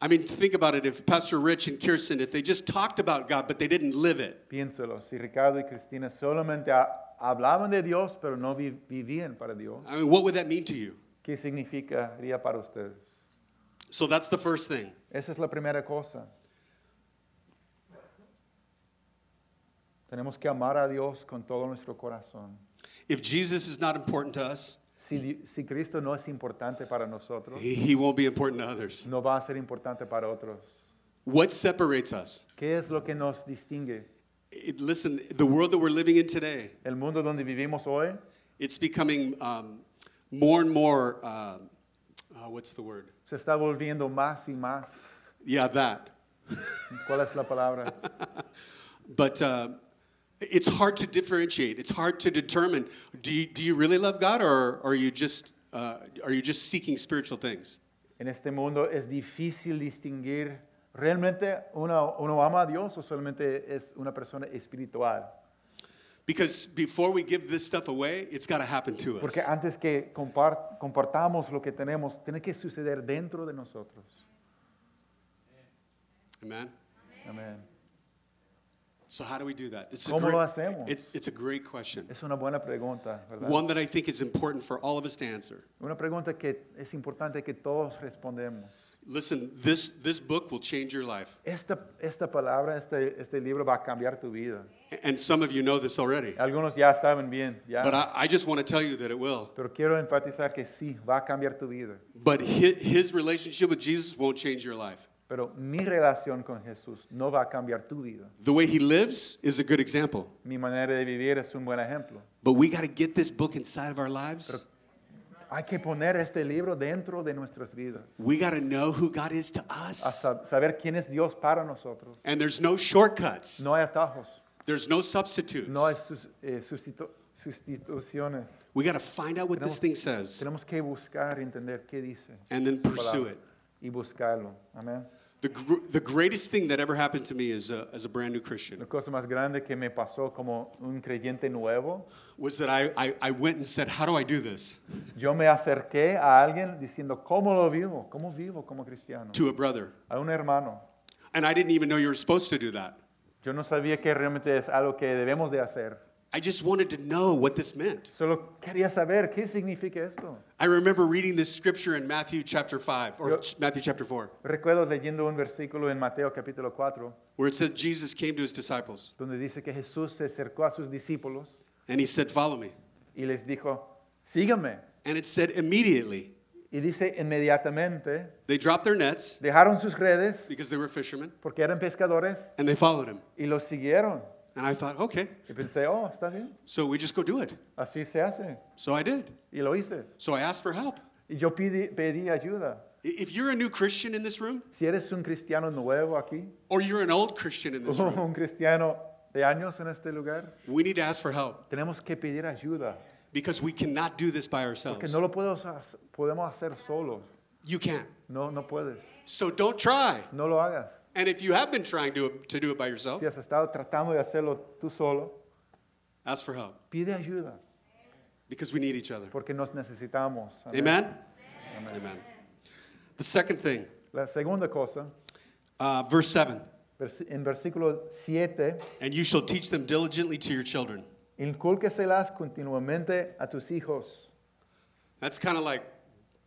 [SPEAKER 2] I mean, think about it. If Pastor Rich and Kirsten, if they just talked about God but they didn't live it,
[SPEAKER 1] Piénselo, si Ricardo y Cristina solamente ha- hablaban de Dios pero no vi- vivían para Dios,
[SPEAKER 2] I mean, what would that mean to you?
[SPEAKER 1] ¿qué significaría para ustedes?
[SPEAKER 2] So that's the first thing.
[SPEAKER 1] Esa es la primera cosa. Tenemos que amar a Dios con todo nuestro corazón.
[SPEAKER 2] If Jesus is not important to us,
[SPEAKER 1] Si, Di- si Cristo no es importante para nosotros,
[SPEAKER 2] he he won't be important to others.
[SPEAKER 1] no va a ser importante para otros.
[SPEAKER 2] What separates us?
[SPEAKER 1] ¿Qué es lo que nos distingue?
[SPEAKER 2] It- listen, the world that we're living in today,
[SPEAKER 1] El mundo donde vivimos hoy
[SPEAKER 2] it's becoming um, more and more, uh, uh, what's the word?
[SPEAKER 1] se está volviendo más y más.
[SPEAKER 2] Yeah, that.
[SPEAKER 1] ¿Cuál es la palabra?
[SPEAKER 2] But uh, it's hard to differentiate. It's hard to determine. Do you, do you really love God, or, are you just uh, are you just seeking spiritual things?
[SPEAKER 1] En este mundo es difícil distinguir realmente uno, uno ama a Dios o solamente es una persona espiritual.
[SPEAKER 2] Because before we give this stuff away, it's got to happen to us.
[SPEAKER 1] Porque antes que compar- compartamos lo que tenemos, tiene que suceder dentro de nosotros.
[SPEAKER 2] Amen.
[SPEAKER 1] Amén.
[SPEAKER 2] So how do we do that? It's
[SPEAKER 1] ¿Cómo
[SPEAKER 2] great,
[SPEAKER 1] lo hacemos?
[SPEAKER 2] it- it's a great question.
[SPEAKER 1] Es una buena pregunta, ¿verdad?
[SPEAKER 2] One that I think is important for all of us to answer.
[SPEAKER 1] Una pregunta que es importante que todos respondemos.
[SPEAKER 2] Listen, this this book will change your life,
[SPEAKER 1] Esta, esta palabra, este, este libro va a cambiar tu vida.
[SPEAKER 2] and some of you know this already.
[SPEAKER 1] Algunos ya saben bien, ya.
[SPEAKER 2] But I, I just want to tell you that it will.
[SPEAKER 1] pero quiero enfatizar que sí, va a cambiar tu vida.
[SPEAKER 2] But his, his relationship with Jesus won't change your life.
[SPEAKER 1] Pero mi relación con Jesús no va a cambiar tu vida.
[SPEAKER 2] The way he lives is a good example.
[SPEAKER 1] Mi manera de vivir es un buen ejemplo.
[SPEAKER 2] But we got to get this book inside of our lives.
[SPEAKER 1] Hay que poner este libro dentro de nuestras vidas.
[SPEAKER 2] We got to know who God is to
[SPEAKER 1] A
[SPEAKER 2] us.
[SPEAKER 1] sab- saber quién es Dios para nosotros.
[SPEAKER 2] And there's no shortcuts.
[SPEAKER 1] No hay atajos,
[SPEAKER 2] There's no substitutes.
[SPEAKER 1] no hay sus- eh, sustitu- sustituciones.
[SPEAKER 2] We got to find out what this
[SPEAKER 1] Tenemos-
[SPEAKER 2] thing says
[SPEAKER 1] Tenemos que buscar y entender qué dice.
[SPEAKER 2] and then
[SPEAKER 1] su palabra
[SPEAKER 2] pursue it.
[SPEAKER 1] Y buscarlo. Amén.
[SPEAKER 2] The, gr- the greatest thing that ever happened to me as a, as a brand new Christian
[SPEAKER 1] La cosa más grande que me pasó como un creyente nuevo,
[SPEAKER 2] was that I, I, I went and said, How do I do this?
[SPEAKER 1] yo me acerqué a alguien diciendo, ¿cómo lo vivo? ¿Cómo vivo como cristiano?
[SPEAKER 2] to a brother.
[SPEAKER 1] A un hermano.
[SPEAKER 2] And I didn't even know you were supposed to do that.
[SPEAKER 1] Yo no sabía que realmente es algo que debemos de hacer.
[SPEAKER 2] I just wanted to know what this meant.
[SPEAKER 1] Solo quería saber qué significa esto.
[SPEAKER 2] I remember reading this scripture in Matthew chapter 5, or
[SPEAKER 1] Yo-
[SPEAKER 2] ch- Matthew chapter 4,
[SPEAKER 1] Recuerdo leyendo un versículo en Mateo capítulo 4,
[SPEAKER 2] where it says Jesus came to his disciples
[SPEAKER 1] donde dice que Jesús se acercó a sus discípulos
[SPEAKER 2] and he said, Follow me.
[SPEAKER 1] y les dijo, síganme.
[SPEAKER 2] And it said, Immediately,
[SPEAKER 1] Y dice, inmediatamente
[SPEAKER 2] They dropped their nets
[SPEAKER 1] dejaron sus redes
[SPEAKER 2] because they were fishermen
[SPEAKER 1] porque eran pescadores
[SPEAKER 2] and they followed him.
[SPEAKER 1] y los siguieron.
[SPEAKER 2] And I thought, okay,
[SPEAKER 1] Y pensé, oh, está bien,
[SPEAKER 2] so we just go do it.
[SPEAKER 1] así se hace.
[SPEAKER 2] So I did.
[SPEAKER 1] Y lo hice.
[SPEAKER 2] So I asked for help.
[SPEAKER 1] Y yo pedí, pedí ayuda.
[SPEAKER 2] I- If you're a new Christian in this room,
[SPEAKER 1] Si eres un cristiano nuevo aquí,
[SPEAKER 2] or you're an old Christian in this
[SPEAKER 1] o
[SPEAKER 2] room,
[SPEAKER 1] un cristiano de años en este lugar,
[SPEAKER 2] we need to ask for help
[SPEAKER 1] tenemos que pedir ayuda.
[SPEAKER 2] because we cannot do this by
[SPEAKER 1] Porque
[SPEAKER 2] ourselves.
[SPEAKER 1] no lo puedo- podemos hacer solos.
[SPEAKER 2] You can't.
[SPEAKER 1] No, no puedes.
[SPEAKER 2] So don't try.
[SPEAKER 1] No lo hagas.
[SPEAKER 2] And if you have been trying to, to do it by yourself,
[SPEAKER 1] Si has estado tratando de hacerlo tú solo,
[SPEAKER 2] ask for help
[SPEAKER 1] pide ayuda
[SPEAKER 2] because we need each other.
[SPEAKER 1] porque nos necesitamos. Amén.
[SPEAKER 2] Amen? Amen. The second thing,
[SPEAKER 1] La segunda cosa,
[SPEAKER 2] uh, verse 7
[SPEAKER 1] versi- en versículo 7,
[SPEAKER 2] And you shall teach them diligently to your children.
[SPEAKER 1] Incúlqueselas continuamente a tus hijos.
[SPEAKER 2] That's kind of like,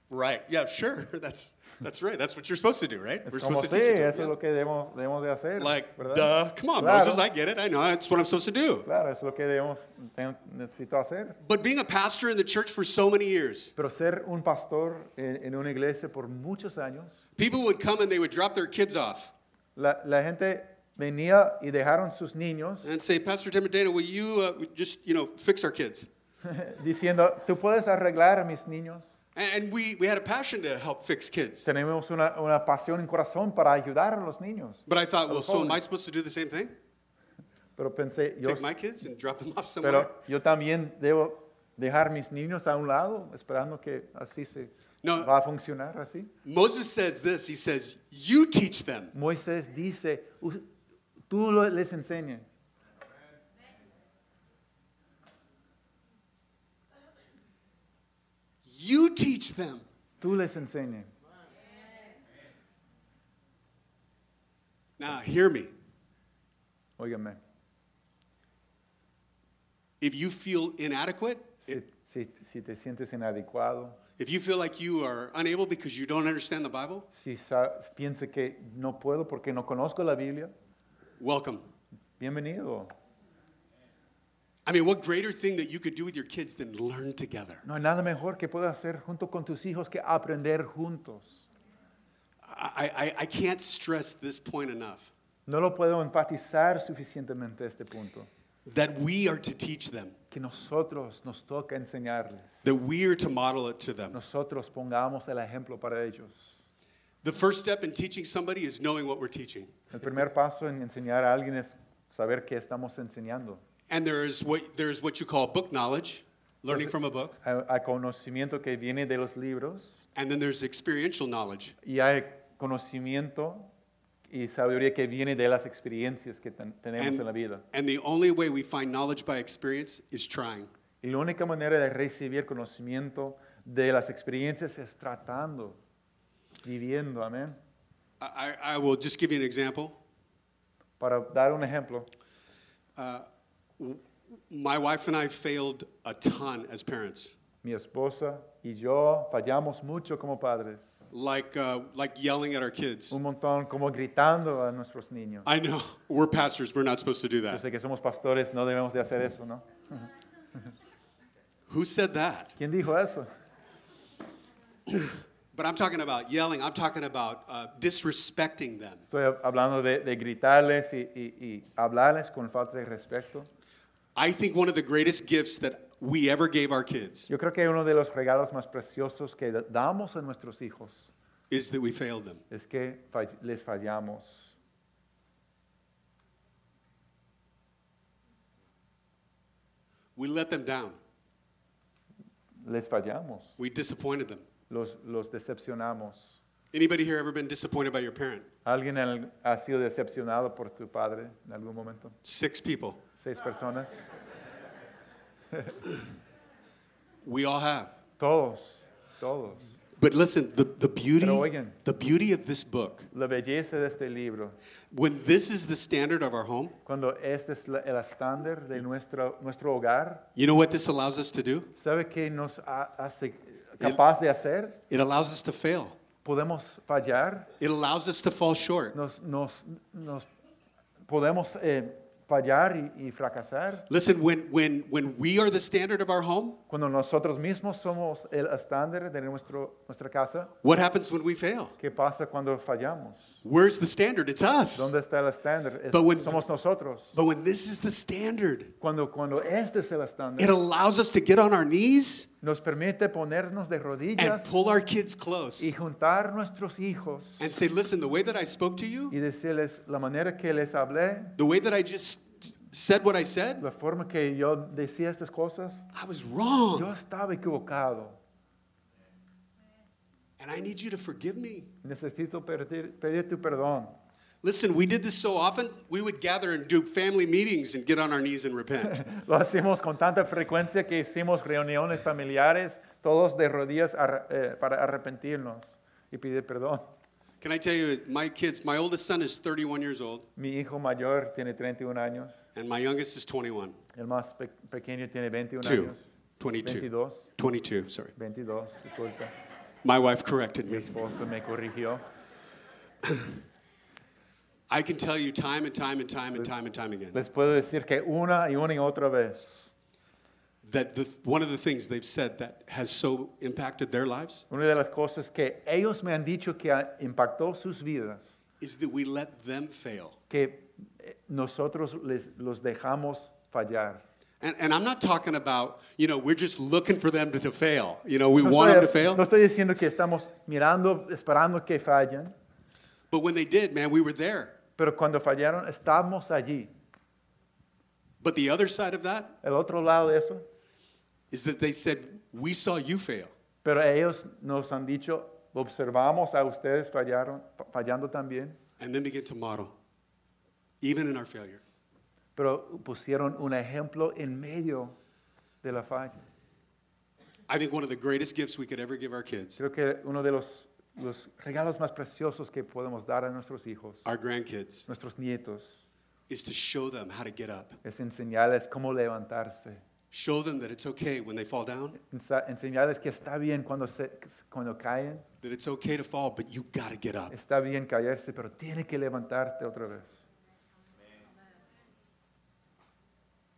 [SPEAKER 2] right. Yeah, sure. That's, that's right. That's what you're supposed to do, right?
[SPEAKER 1] Es
[SPEAKER 2] We're
[SPEAKER 1] como
[SPEAKER 2] supposed to
[SPEAKER 1] sí,
[SPEAKER 2] teach it to them.
[SPEAKER 1] eso es lo que debemos, debemos de hacer.
[SPEAKER 2] Like,
[SPEAKER 1] ¿verdad?
[SPEAKER 2] duh, come on,
[SPEAKER 1] claro,
[SPEAKER 2] Moses, I get it. I know that's what I'm supposed to do.
[SPEAKER 1] Claro, es lo que debemos, te- necesito hacer.
[SPEAKER 2] But being a pastor in the church for so many years,
[SPEAKER 1] Pero ser un pastor en, en una iglesia por muchos años,
[SPEAKER 2] people would come and they would drop their kids off
[SPEAKER 1] la, la gente venía y dejaron sus niños
[SPEAKER 2] and say, Pastor Tim and Dana, will you uh, just, you know, fix our kids?
[SPEAKER 1] eh, diciendo, tú puedes arreglar a mis niños.
[SPEAKER 2] And and we, we had a passion to help fix kids.
[SPEAKER 1] Tenemos una, una pasión en corazón para ayudar a los niños.
[SPEAKER 2] But I thought, well,
[SPEAKER 1] los
[SPEAKER 2] so am I
[SPEAKER 1] jóvenes.
[SPEAKER 2] supposed to do the same thing?
[SPEAKER 1] Pero pensé, yo,
[SPEAKER 2] Take my kids and drop them off somewhere?
[SPEAKER 1] pero yo también debo dejar mis niños a un lado, esperando que así se
[SPEAKER 2] No.
[SPEAKER 1] va a funcionar así.
[SPEAKER 2] Moses says this. He says, You teach them.
[SPEAKER 1] Moisés dice, "U- tú lo- les enseñes.
[SPEAKER 2] You teach them.
[SPEAKER 1] Tú les enseñes.
[SPEAKER 2] Now, hear me.
[SPEAKER 1] Óigame,
[SPEAKER 2] If you feel inadequate,
[SPEAKER 1] si, si- si te sientes inadecuado,
[SPEAKER 2] if you feel like you are unable because you don't understand the Bible,
[SPEAKER 1] si sa- piensa que no puedo porque no conozco la Biblia,
[SPEAKER 2] welcome.
[SPEAKER 1] bienvenido.
[SPEAKER 2] I mean, what greater thing that you could do with your kids than learn together?
[SPEAKER 1] No hay nada mejor que puedas hacer junto con tus hijos que aprender juntos.
[SPEAKER 2] I, I, I can't stress this point enough
[SPEAKER 1] No lo puedo enfatizar suficientemente este punto,
[SPEAKER 2] that we are to teach them,
[SPEAKER 1] que nosotros nos toca enseñarles.
[SPEAKER 2] that we are to model it to them.
[SPEAKER 1] Nosotros pongamos el ejemplo para ellos.
[SPEAKER 2] The first step in teaching somebody is knowing what we're teaching.
[SPEAKER 1] El primer paso en enseñar a alguien es saber qué estamos enseñando.
[SPEAKER 2] And there is what, there is what you call book knowledge, learning from a book,
[SPEAKER 1] Hay, hay conocimiento que viene de los libros
[SPEAKER 2] and then there's experiential knowledge.
[SPEAKER 1] y hay conocimiento y sabiduría que viene de las experiencias que ten- tenemos
[SPEAKER 2] And,
[SPEAKER 1] en la vida.
[SPEAKER 2] and the only way we find knowledge by experience is trying.
[SPEAKER 1] Y la única manera de recibir conocimiento de las experiencias es tratando, viviendo, amén.
[SPEAKER 2] I, I I will just give you an example.
[SPEAKER 1] Para dar un ejemplo,
[SPEAKER 2] W- My wife and I failed a ton as parents.
[SPEAKER 1] mi esposa y yo fallamos mucho como padres,
[SPEAKER 2] like uh, like yelling at our kids.
[SPEAKER 1] un montón como gritando a nuestros niños.
[SPEAKER 2] I know we're pastors. We're not supposed to do
[SPEAKER 1] Yo
[SPEAKER 2] that.
[SPEAKER 1] sé que somos pastores, no debemos de hacer eso, ¿no?
[SPEAKER 2] Who said that?
[SPEAKER 1] ¿Quién dijo eso?
[SPEAKER 2] But I'm talking about yelling. I'm talking about uh, disrespecting them.
[SPEAKER 1] Estoy hab- hablando de, de gritarles y, y- y hablarles con falta de respeto.
[SPEAKER 2] I think one of the greatest gifts that we ever gave our kids
[SPEAKER 1] Yo creo que uno de los regalos más preciosos que da- damos a nuestros hijos
[SPEAKER 2] is that we failed them.
[SPEAKER 1] es que fall- les fallamos.
[SPEAKER 2] We let them down.
[SPEAKER 1] Les fallamos.
[SPEAKER 2] We disappointed them.
[SPEAKER 1] Los, los decepcionamos.
[SPEAKER 2] Anybody here ever been disappointed by your parent?
[SPEAKER 1] ¿Alguien al- ha sido decepcionado por tu padre en algún momento?
[SPEAKER 2] Six people.
[SPEAKER 1] ¿Seis personas?
[SPEAKER 2] We all have.
[SPEAKER 1] Todos, todos.
[SPEAKER 2] But listen, the, the beauty
[SPEAKER 1] Pero oigan.
[SPEAKER 2] the beauty of this book,
[SPEAKER 1] La belleza de este libro,
[SPEAKER 2] when this is the standard of our home,
[SPEAKER 1] cuando este es la- el estándar de nuestro, nuestro hogar,
[SPEAKER 2] you know what this allows us to do?
[SPEAKER 1] ¿sabe qué nos ha- hace capaz de hacer?
[SPEAKER 2] It allows us to fail.
[SPEAKER 1] podemos fallar,
[SPEAKER 2] It allows us to fall short.
[SPEAKER 1] nos, nos, nos podemos eh, fallar y, y fracasar.
[SPEAKER 2] Listen, when, when, when we are the standard of our home,
[SPEAKER 1] Cuando nosotros mismos somos el estándar de nuestro, nuestra casa,
[SPEAKER 2] what happens when we fail?
[SPEAKER 1] ¿qué pasa cuando fallamos?
[SPEAKER 2] Where's the standard? It's us.
[SPEAKER 1] ¿Dónde está el estándar? Es-
[SPEAKER 2] But when-
[SPEAKER 1] somos nosotros.
[SPEAKER 2] But when this is the standard,
[SPEAKER 1] Cuando, cuando este es el
[SPEAKER 2] it
[SPEAKER 1] estándar,
[SPEAKER 2] allows us to get on our knees
[SPEAKER 1] nos permite ponernos de
[SPEAKER 2] and
[SPEAKER 1] rodillas
[SPEAKER 2] pull our kids close
[SPEAKER 1] y juntar nuestros hijos
[SPEAKER 2] and say, listen, the way that I spoke to you,
[SPEAKER 1] y decirles la manera que les hablé,
[SPEAKER 2] the way that I just said what I said,
[SPEAKER 1] la forma que yo decía estas cosas,
[SPEAKER 2] I was
[SPEAKER 1] yo
[SPEAKER 2] wrong.
[SPEAKER 1] estaba equivocado.
[SPEAKER 2] And I need you to forgive me.
[SPEAKER 1] Necesito pedir, pedir tu perdón.
[SPEAKER 2] Listen, we did this so often, we would gather and do family meetings and get on our knees and repent.
[SPEAKER 1] Lo hacemos con tanta frecuencia que hicimos reuniones familiares, todos de rodillas ar- eh, para arrepentirnos y pedir perdón.
[SPEAKER 2] Can I tell you, my kids, my oldest son is 31 years old,
[SPEAKER 1] Mi hijo mayor tiene 31 años,
[SPEAKER 2] and my youngest is 21.
[SPEAKER 1] el más pe- pequeño tiene 21
[SPEAKER 2] Two.
[SPEAKER 1] años.
[SPEAKER 2] 22.
[SPEAKER 1] 22,
[SPEAKER 2] 22, sorry.
[SPEAKER 1] 22, disculpa.
[SPEAKER 2] My wife corrected
[SPEAKER 1] Mi
[SPEAKER 2] me.
[SPEAKER 1] esposa me corrigió.
[SPEAKER 2] I can tell you time and time and time and time and time again
[SPEAKER 1] Les puedo decir que una y una y otra vez,
[SPEAKER 2] that the, one of the things they've said that has so impacted their lives
[SPEAKER 1] una de las cosas que ellos me han dicho que ha- impactó sus vidas,
[SPEAKER 2] is that we let them fail.
[SPEAKER 1] que eh, nosotros les, los dejamos fallar.
[SPEAKER 2] And, and I'm not talking about, you know, we're just looking for them to, to fail. You know, we
[SPEAKER 1] No
[SPEAKER 2] want them to
[SPEAKER 1] estoy, no
[SPEAKER 2] fail.
[SPEAKER 1] estoy diciendo que estamos mirando, esperando que fallen,
[SPEAKER 2] But when they did, man, we were there.
[SPEAKER 1] pero cuando fallaron, estamos allí.
[SPEAKER 2] But the other side of that
[SPEAKER 1] El otro lado de eso,
[SPEAKER 2] is that they said, we saw you fail.
[SPEAKER 1] pero ellos nos han dicho, observamos a ustedes fallaron, fa- fallando también,
[SPEAKER 2] And then begin to model, even in our failure.
[SPEAKER 1] pero pusieron un ejemplo en medio de la falla.
[SPEAKER 2] I think one of the greatest gifts we could ever give our kids,
[SPEAKER 1] Creo que uno de los, los regalos más preciosos que podemos dar a nuestros hijos,
[SPEAKER 2] our grandkids,
[SPEAKER 1] nuestros nietos,
[SPEAKER 2] is to show them how to get up.
[SPEAKER 1] es enseñarles cómo levantarse,
[SPEAKER 2] Show them that it's okay when they fall down,
[SPEAKER 1] ensa- enseñarles que está bien cuando, se, cuando caen.
[SPEAKER 2] that it's okay to fall, but you gotta get up.
[SPEAKER 1] Está bien caerse, pero tiene que levantarte otra vez.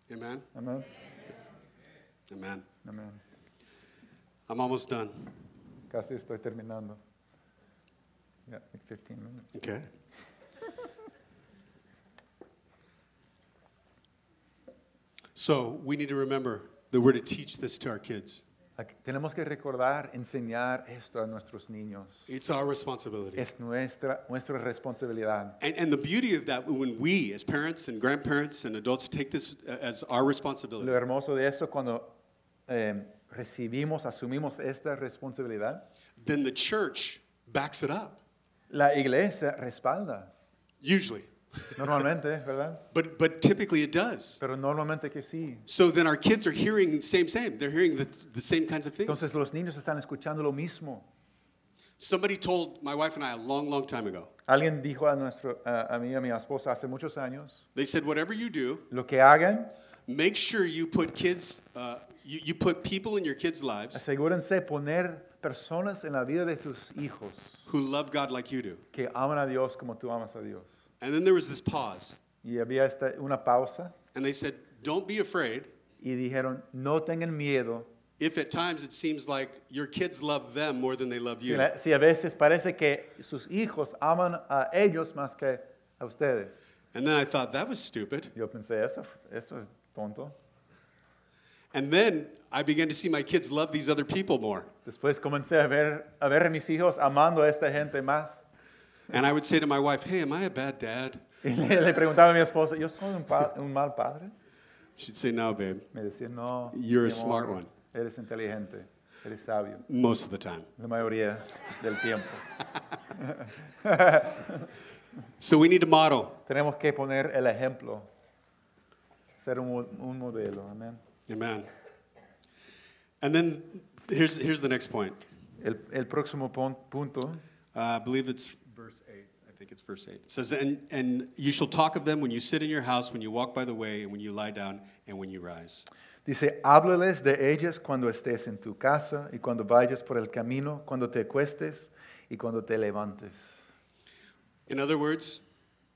[SPEAKER 2] Amen?
[SPEAKER 1] Amén.
[SPEAKER 2] Amen.
[SPEAKER 1] Amén.
[SPEAKER 2] I'm almost done.
[SPEAKER 1] Casi estoy terminando. Yeah, like 15 minutes.
[SPEAKER 2] Okay. so we need to remember that we're to teach this to our kids.
[SPEAKER 1] Aquí- Tenemos que recordar, enseñar esto a nuestros niños.
[SPEAKER 2] It's our responsibility.
[SPEAKER 1] Es nuestra, nuestra responsabilidad.
[SPEAKER 2] And, and the beauty of that, when we, as parents and grandparents and adults, take this as our
[SPEAKER 1] Lo
[SPEAKER 2] responsibility,
[SPEAKER 1] hermoso de eso cuando eh, recibimos, asumimos esta responsabilidad,
[SPEAKER 2] then the church backs it up,
[SPEAKER 1] la iglesia respalda.
[SPEAKER 2] usually.
[SPEAKER 1] Normalmente, ¿verdad?
[SPEAKER 2] But, but typically it does.
[SPEAKER 1] Pero normalmente que sí.
[SPEAKER 2] So then our kids are hearing the same, same. They're hearing the, the same kinds of things.
[SPEAKER 1] Entonces los niños están escuchando lo mismo.
[SPEAKER 2] Somebody told my wife and I a long, long time ago,
[SPEAKER 1] Alguien dijo a, nuestro, a, a mí, a mi esposa hace muchos años,
[SPEAKER 2] they said, whatever you do,
[SPEAKER 1] lo que hagan,
[SPEAKER 2] make sure you put kids, uh, you, you put people in your kids' lives
[SPEAKER 1] asegúrense de poner personas en la vida de sus hijos
[SPEAKER 2] who love God like you do.
[SPEAKER 1] que aman a Dios como tú amas a Dios.
[SPEAKER 2] And then there was this pause,
[SPEAKER 1] Y había esta, una pausa
[SPEAKER 2] and they said, don't be afraid
[SPEAKER 1] y dijeron, no tengan miedo.
[SPEAKER 2] if at times it seems like your kids love them more than they love
[SPEAKER 1] Si,
[SPEAKER 2] you.
[SPEAKER 1] la- si a veces parece que sus hijos aman a ellos más que a ustedes.
[SPEAKER 2] And then I thought, that was stupid.
[SPEAKER 1] Yo pensé, eso, eso es tonto.
[SPEAKER 2] And then I began to see my kids love these other people more.
[SPEAKER 1] Después comencé a ver, a ver a mis hijos amando a esta gente más.
[SPEAKER 2] And I would say to my wife, hey, am I a bad dad?
[SPEAKER 1] Y le, le preguntaba a mi esposa, ¿yo soy un, pa- un mal padre?
[SPEAKER 2] She'd say, no, babe,
[SPEAKER 1] Me decía, no.
[SPEAKER 2] You're a
[SPEAKER 1] mi
[SPEAKER 2] smart one."
[SPEAKER 1] Eres inteligente, eres sabio,
[SPEAKER 2] most of the time.
[SPEAKER 1] la mayoría del tiempo.
[SPEAKER 2] So we need to model.
[SPEAKER 1] Tenemos que poner el ejemplo, ser un, mo- un modelo. Amén.
[SPEAKER 2] Amen. And then here's, here's the next point.
[SPEAKER 1] El, el próximo pon- punto,
[SPEAKER 2] Uh, I believe it's verse 8. I think it's verse 8. It says, and, and you shall talk of them when you sit in your house, when you walk by the way, and when you lie down, and when you rise.
[SPEAKER 1] dice, háblales de ellas cuando estés en tu casa y cuando vayas por el camino, cuando te acuestes y cuando te levantes.
[SPEAKER 2] In other words,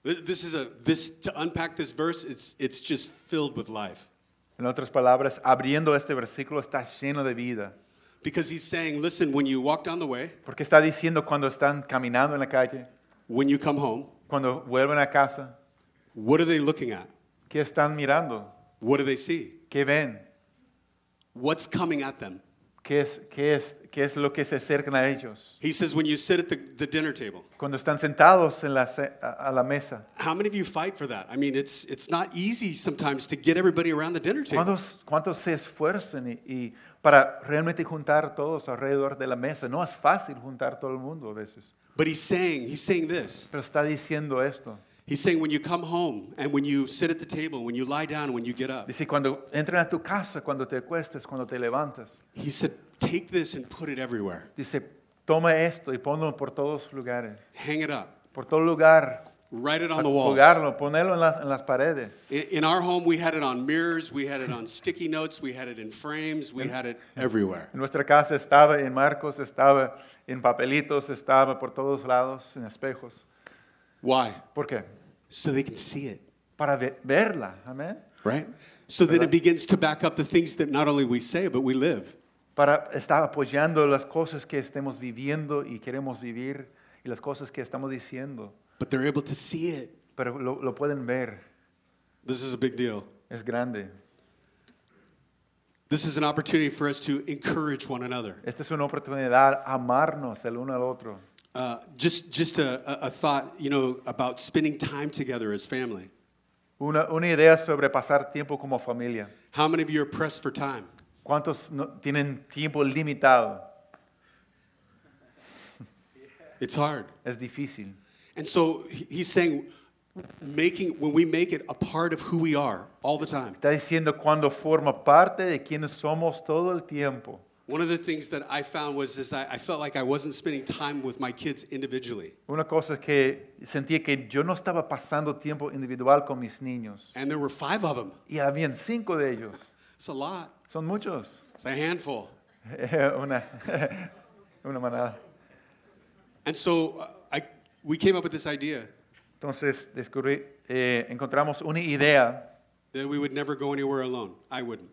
[SPEAKER 2] Th- This is a this to unpack this verse. It's it's just filled with life
[SPEAKER 1] En otras palabras, abriendo este versículo está lleno de vida.
[SPEAKER 2] because he's saying, listen, when you walk down the way,
[SPEAKER 1] Porque está diciendo cuando están caminando en la calle,
[SPEAKER 2] when you come home,
[SPEAKER 1] cuando vuelven a casa,
[SPEAKER 2] what are they looking at?
[SPEAKER 1] ¿qué están mirando?
[SPEAKER 2] What do they see?
[SPEAKER 1] ¿Qué ven?
[SPEAKER 2] What's coming at them?
[SPEAKER 1] ¿Qué es, qué es, qué es lo que se acercan a ellos?
[SPEAKER 2] He says, when you sit at the, the dinner table,
[SPEAKER 1] Cuando están sentados en la, ce- a a la mesa.
[SPEAKER 2] how many of you fight for that? I mean, it's it's not easy sometimes to get everybody around the dinner table.
[SPEAKER 1] ¿Cuántos, cuántos se esfuerzan y, y para realmente juntar todos alrededor de la mesa? No es fácil juntar todo el mundo a veces.
[SPEAKER 2] But he's saying, he's saying this.
[SPEAKER 1] Pero está diciendo esto.
[SPEAKER 2] He's saying, when you come home and when you sit at the table, when you lie down, when you get up,
[SPEAKER 1] Dice, cuando entran a tu casa, cuando te acuestas, cuando te levantas.
[SPEAKER 2] he said, take this and put it everywhere.
[SPEAKER 1] Dice, toma esto y ponlo por todos lugares.
[SPEAKER 2] Hang it up.
[SPEAKER 1] Por todo lugar.
[SPEAKER 2] Write it on the walls.
[SPEAKER 1] Colgarlo, ponerlo en las, en las paredes.
[SPEAKER 2] I- In our home, we had it on mirrors, we had it on sticky notes, we had it in frames, we had it everywhere.
[SPEAKER 1] En nuestra casa estaba en marcos, estaba en papelitos, estaba por todos lados, en espejos.
[SPEAKER 2] Why?
[SPEAKER 1] ¿Por qué?
[SPEAKER 2] So they can see it,
[SPEAKER 1] Para ve- verla, amén.
[SPEAKER 2] right? So then it begins to back up the things that not only we say, but we live.
[SPEAKER 1] Para estar apoyando las cosas que estemos viviendo y queremos vivir y las cosas que estamos diciendo.
[SPEAKER 2] But they're able to see it.
[SPEAKER 1] Pero lo, lo pueden ver,
[SPEAKER 2] This is a big deal.
[SPEAKER 1] es grande.
[SPEAKER 2] This is an opportunity for us to encourage one another.
[SPEAKER 1] Esta es una oportunidad, amarnos el uno al otro.
[SPEAKER 2] Uh, just just a, a- a thought, you know, about spending time together as family.
[SPEAKER 1] Una, una idea sobre pasar tiempo como familia.
[SPEAKER 2] How many of you are pressed for time?
[SPEAKER 1] ¿Cuántos no- tienen tiempo limitado?
[SPEAKER 2] It's hard.
[SPEAKER 1] Es difícil.
[SPEAKER 2] And so he- he's saying, making when we make it a part of who we are all the time.
[SPEAKER 1] Está diciendo cuando forma parte de quienes somos todo el tiempo.
[SPEAKER 2] One of the things that I found was is that I felt like I wasn't spending time with my kids individually,
[SPEAKER 1] Una cosa que sentía que yo no estaba pasando tiempo individual con mis niños.
[SPEAKER 2] and there were five of them.
[SPEAKER 1] Y habían cinco de ellos.
[SPEAKER 2] It's a lot.
[SPEAKER 1] Son muchos.
[SPEAKER 2] It's a handful.
[SPEAKER 1] una, una manada.
[SPEAKER 2] And so uh, I we came up with this idea
[SPEAKER 1] Entonces descubrí, eh, encontramos una idea
[SPEAKER 2] that we would never go anywhere alone. I wouldn't.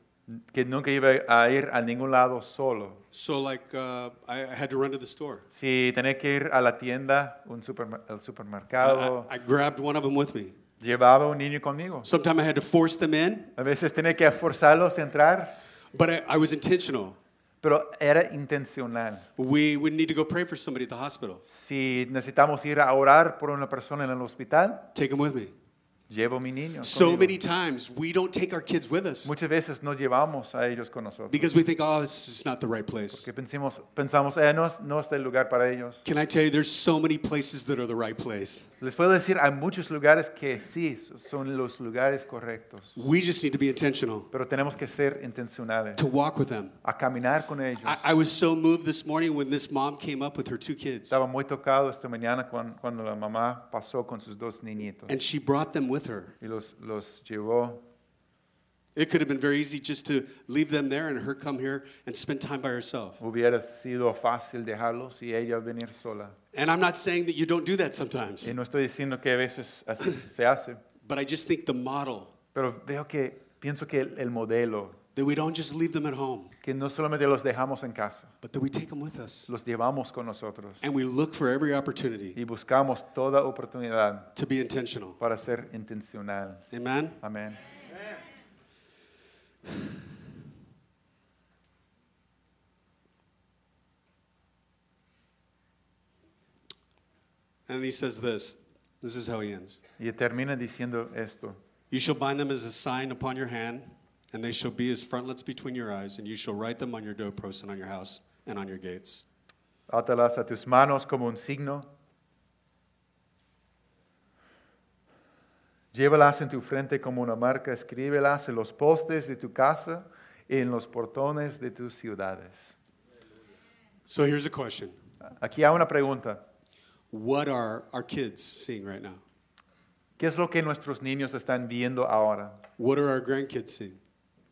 [SPEAKER 1] que nunca iba a ir a ningún lado solo.
[SPEAKER 2] So like uh, I, I had to run to the store.
[SPEAKER 1] Si tenía que ir a la tienda, un superma- al supermercado,
[SPEAKER 2] I, I grabbed one of them with me.
[SPEAKER 1] llevaba un niño conmigo.
[SPEAKER 2] Sometimes I had to force them in,
[SPEAKER 1] A veces tenía que forzarlos a entrar,
[SPEAKER 2] but I, I was intentional.
[SPEAKER 1] pero era intencional.
[SPEAKER 2] We would need to go pray for somebody at the hospital.
[SPEAKER 1] Si necesitamos ir a orar por una persona en el hospital,
[SPEAKER 2] Take them with me.
[SPEAKER 1] llevo a mi niño.
[SPEAKER 2] So
[SPEAKER 1] conmigo.
[SPEAKER 2] many times we don't take our kids with us
[SPEAKER 1] Muchas veces no llevamos a ellos con nosotros.
[SPEAKER 2] because we think, oh, this is not the right place.
[SPEAKER 1] Que pensamos, pensamos eh, no, es- no es el lugar para ellos.
[SPEAKER 2] Can I tell you, there's so many places that are the right place.
[SPEAKER 1] Les puedo decir, hay muchos lugares que sí son los lugares correctos,
[SPEAKER 2] We just need to be intentional
[SPEAKER 1] pero tenemos que ser intencionales,
[SPEAKER 2] to walk with them.
[SPEAKER 1] a caminar con ellos.
[SPEAKER 2] I, I was so moved this morning when this mom came up with her two kids
[SPEAKER 1] Estaba muy tocado esta mañana cuan- cuando la mamá pasó con sus dos niñitos
[SPEAKER 2] and she brought them with her.
[SPEAKER 1] y los, los llevó.
[SPEAKER 2] It could have been very easy just to leave them there and her come here and spend time by herself.
[SPEAKER 1] Hubiera sido fácil dejarlos y ella venir sola.
[SPEAKER 2] And I'm not saying that you don't do that sometimes.
[SPEAKER 1] Y no estoy diciendo que a veces así se hace,
[SPEAKER 2] But I just think the model
[SPEAKER 1] pero veo que pienso que el, el modelo,
[SPEAKER 2] that we don't just leave them at home,
[SPEAKER 1] que no solamente los dejamos en casa,
[SPEAKER 2] but that we take them with us.
[SPEAKER 1] los llevamos con nosotros
[SPEAKER 2] And we look for every opportunity
[SPEAKER 1] y buscamos toda oportunidad
[SPEAKER 2] to be intentional.
[SPEAKER 1] para ser intencional.
[SPEAKER 2] Amen?
[SPEAKER 1] Amén.
[SPEAKER 2] And he says this this is how he ends
[SPEAKER 1] Y termina diciendo esto.
[SPEAKER 2] You shall bind them as a sign upon your hand, and they shall be as frontlets between your eyes, and you shall write them on your doorposts and on your house and on your gates.
[SPEAKER 1] Átalas a tus manos como un signo. Llévalas en tu frente como una marca, escríbelas en los postes de tu casa y en los portones de tus ciudades.
[SPEAKER 2] So here's a question
[SPEAKER 1] Aquí hay una pregunta.
[SPEAKER 2] What are our kids seeing right now?
[SPEAKER 1] ¿Qué es lo que nuestros niños están viendo ahora?
[SPEAKER 2] What are our grandkids seeing?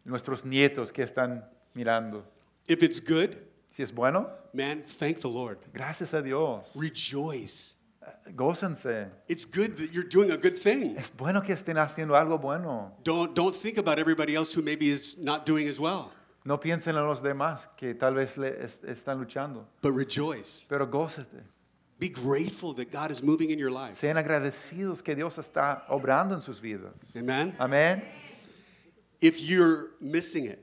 [SPEAKER 1] Nuestros nietos que están mirando.
[SPEAKER 2] If it's good,
[SPEAKER 1] Si es bueno,
[SPEAKER 2] man, thank the Lord.
[SPEAKER 1] gracias a Dios.
[SPEAKER 2] Rejoice.
[SPEAKER 1] Gócense.
[SPEAKER 2] It's good that you're doing a good thing.
[SPEAKER 1] Es bueno que estén haciendo algo bueno.
[SPEAKER 2] Don't, don't think about everybody else who maybe is not doing as well,
[SPEAKER 1] No piensen en los demás que tal vez le es- están luchando,
[SPEAKER 2] but rejoice.
[SPEAKER 1] pero gócete.
[SPEAKER 2] Be grateful that God is moving in your life.
[SPEAKER 1] Sean agradecidos que Dios está obrando en sus vidas.
[SPEAKER 2] Amen?
[SPEAKER 1] Amén.
[SPEAKER 2] If you're missing it,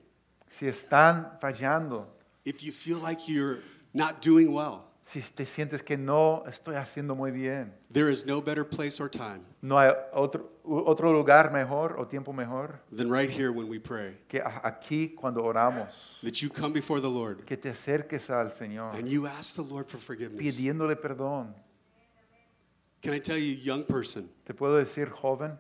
[SPEAKER 1] Si están fallando,
[SPEAKER 2] if you feel like you're not doing well,
[SPEAKER 1] si te sientes que no estoy haciendo muy bien,
[SPEAKER 2] there is no better place or time
[SPEAKER 1] no hay otro, u- otro lugar mejor o tiempo mejor
[SPEAKER 2] than right here when we pray.
[SPEAKER 1] que a- aquí cuando oramos,
[SPEAKER 2] That you come before the Lord
[SPEAKER 1] que te acerques al Señor
[SPEAKER 2] and you ask the Lord for forgiveness.
[SPEAKER 1] pidiéndole perdón.
[SPEAKER 2] Can I tell you, young person,
[SPEAKER 1] Te puedo decir, joven,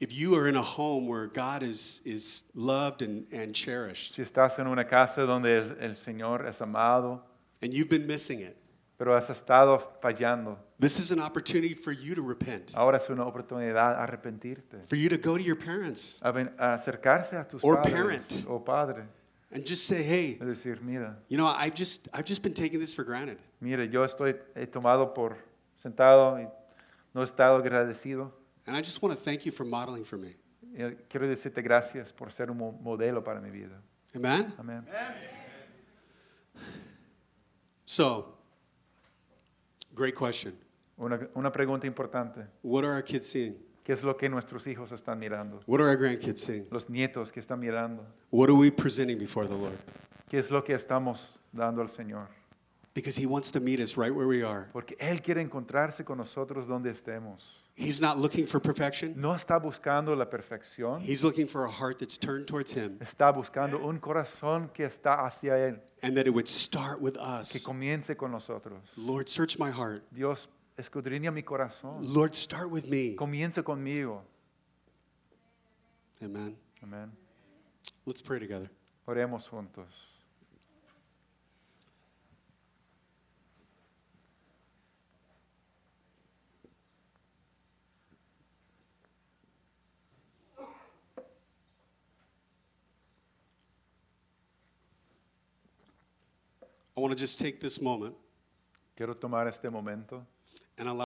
[SPEAKER 2] if you are in a home where God is, is loved and, and cherished,
[SPEAKER 1] si estás en una casa donde el, el Señor es amado,
[SPEAKER 2] and you've been missing it,
[SPEAKER 1] pero has estado fallando,
[SPEAKER 2] this is an opportunity for you to repent,
[SPEAKER 1] ahora es una oportunidad de arrepentirte,
[SPEAKER 2] for you to go to your parents
[SPEAKER 1] a ven- a acercarse a tus
[SPEAKER 2] Or
[SPEAKER 1] padres
[SPEAKER 2] parent.
[SPEAKER 1] o padre,
[SPEAKER 2] and just say, hey,
[SPEAKER 1] es decir, mira,
[SPEAKER 2] you know, I've just, I've just been taking this for granted.
[SPEAKER 1] mire, yo estoy he tomado por sentado y no he estado agradecido.
[SPEAKER 2] And I just want to thank you for modeling for me.
[SPEAKER 1] Eh, Quiero decirte gracias por ser un mo- modelo para mi vida.
[SPEAKER 2] Amen?
[SPEAKER 1] Amén.
[SPEAKER 2] So, great question.
[SPEAKER 1] Una, una pregunta importante.
[SPEAKER 2] What are our kids seeing?
[SPEAKER 1] ¿Qué es lo que nuestros hijos están mirando?
[SPEAKER 2] What are our grandkids seeing?
[SPEAKER 1] Los nietos que están mirando.
[SPEAKER 2] What are we presenting before the Lord?
[SPEAKER 1] ¿Qué es lo que estamos dando al Señor?
[SPEAKER 2] Because He wants to meet us right where we are.
[SPEAKER 1] Porque Él quiere encontrarse con nosotros donde estemos.
[SPEAKER 2] He's not looking for perfection,
[SPEAKER 1] No está buscando la perfección.
[SPEAKER 2] He's looking for a heart that's turned towards Him
[SPEAKER 1] Está buscando un corazón que está hacia Él,
[SPEAKER 2] and that it would start with
[SPEAKER 1] que
[SPEAKER 2] us.
[SPEAKER 1] comience con nosotros.
[SPEAKER 2] Lord, search my heart.
[SPEAKER 1] Dios, escudriña mi corazón.
[SPEAKER 2] Lord, start with me.
[SPEAKER 1] Comience conmigo.
[SPEAKER 2] Amen.
[SPEAKER 1] Amén.
[SPEAKER 2] Let's pray together.
[SPEAKER 1] Oremos juntos.
[SPEAKER 2] I want to just take this moment
[SPEAKER 1] Quiero tomar este momento este
[SPEAKER 2] and allow.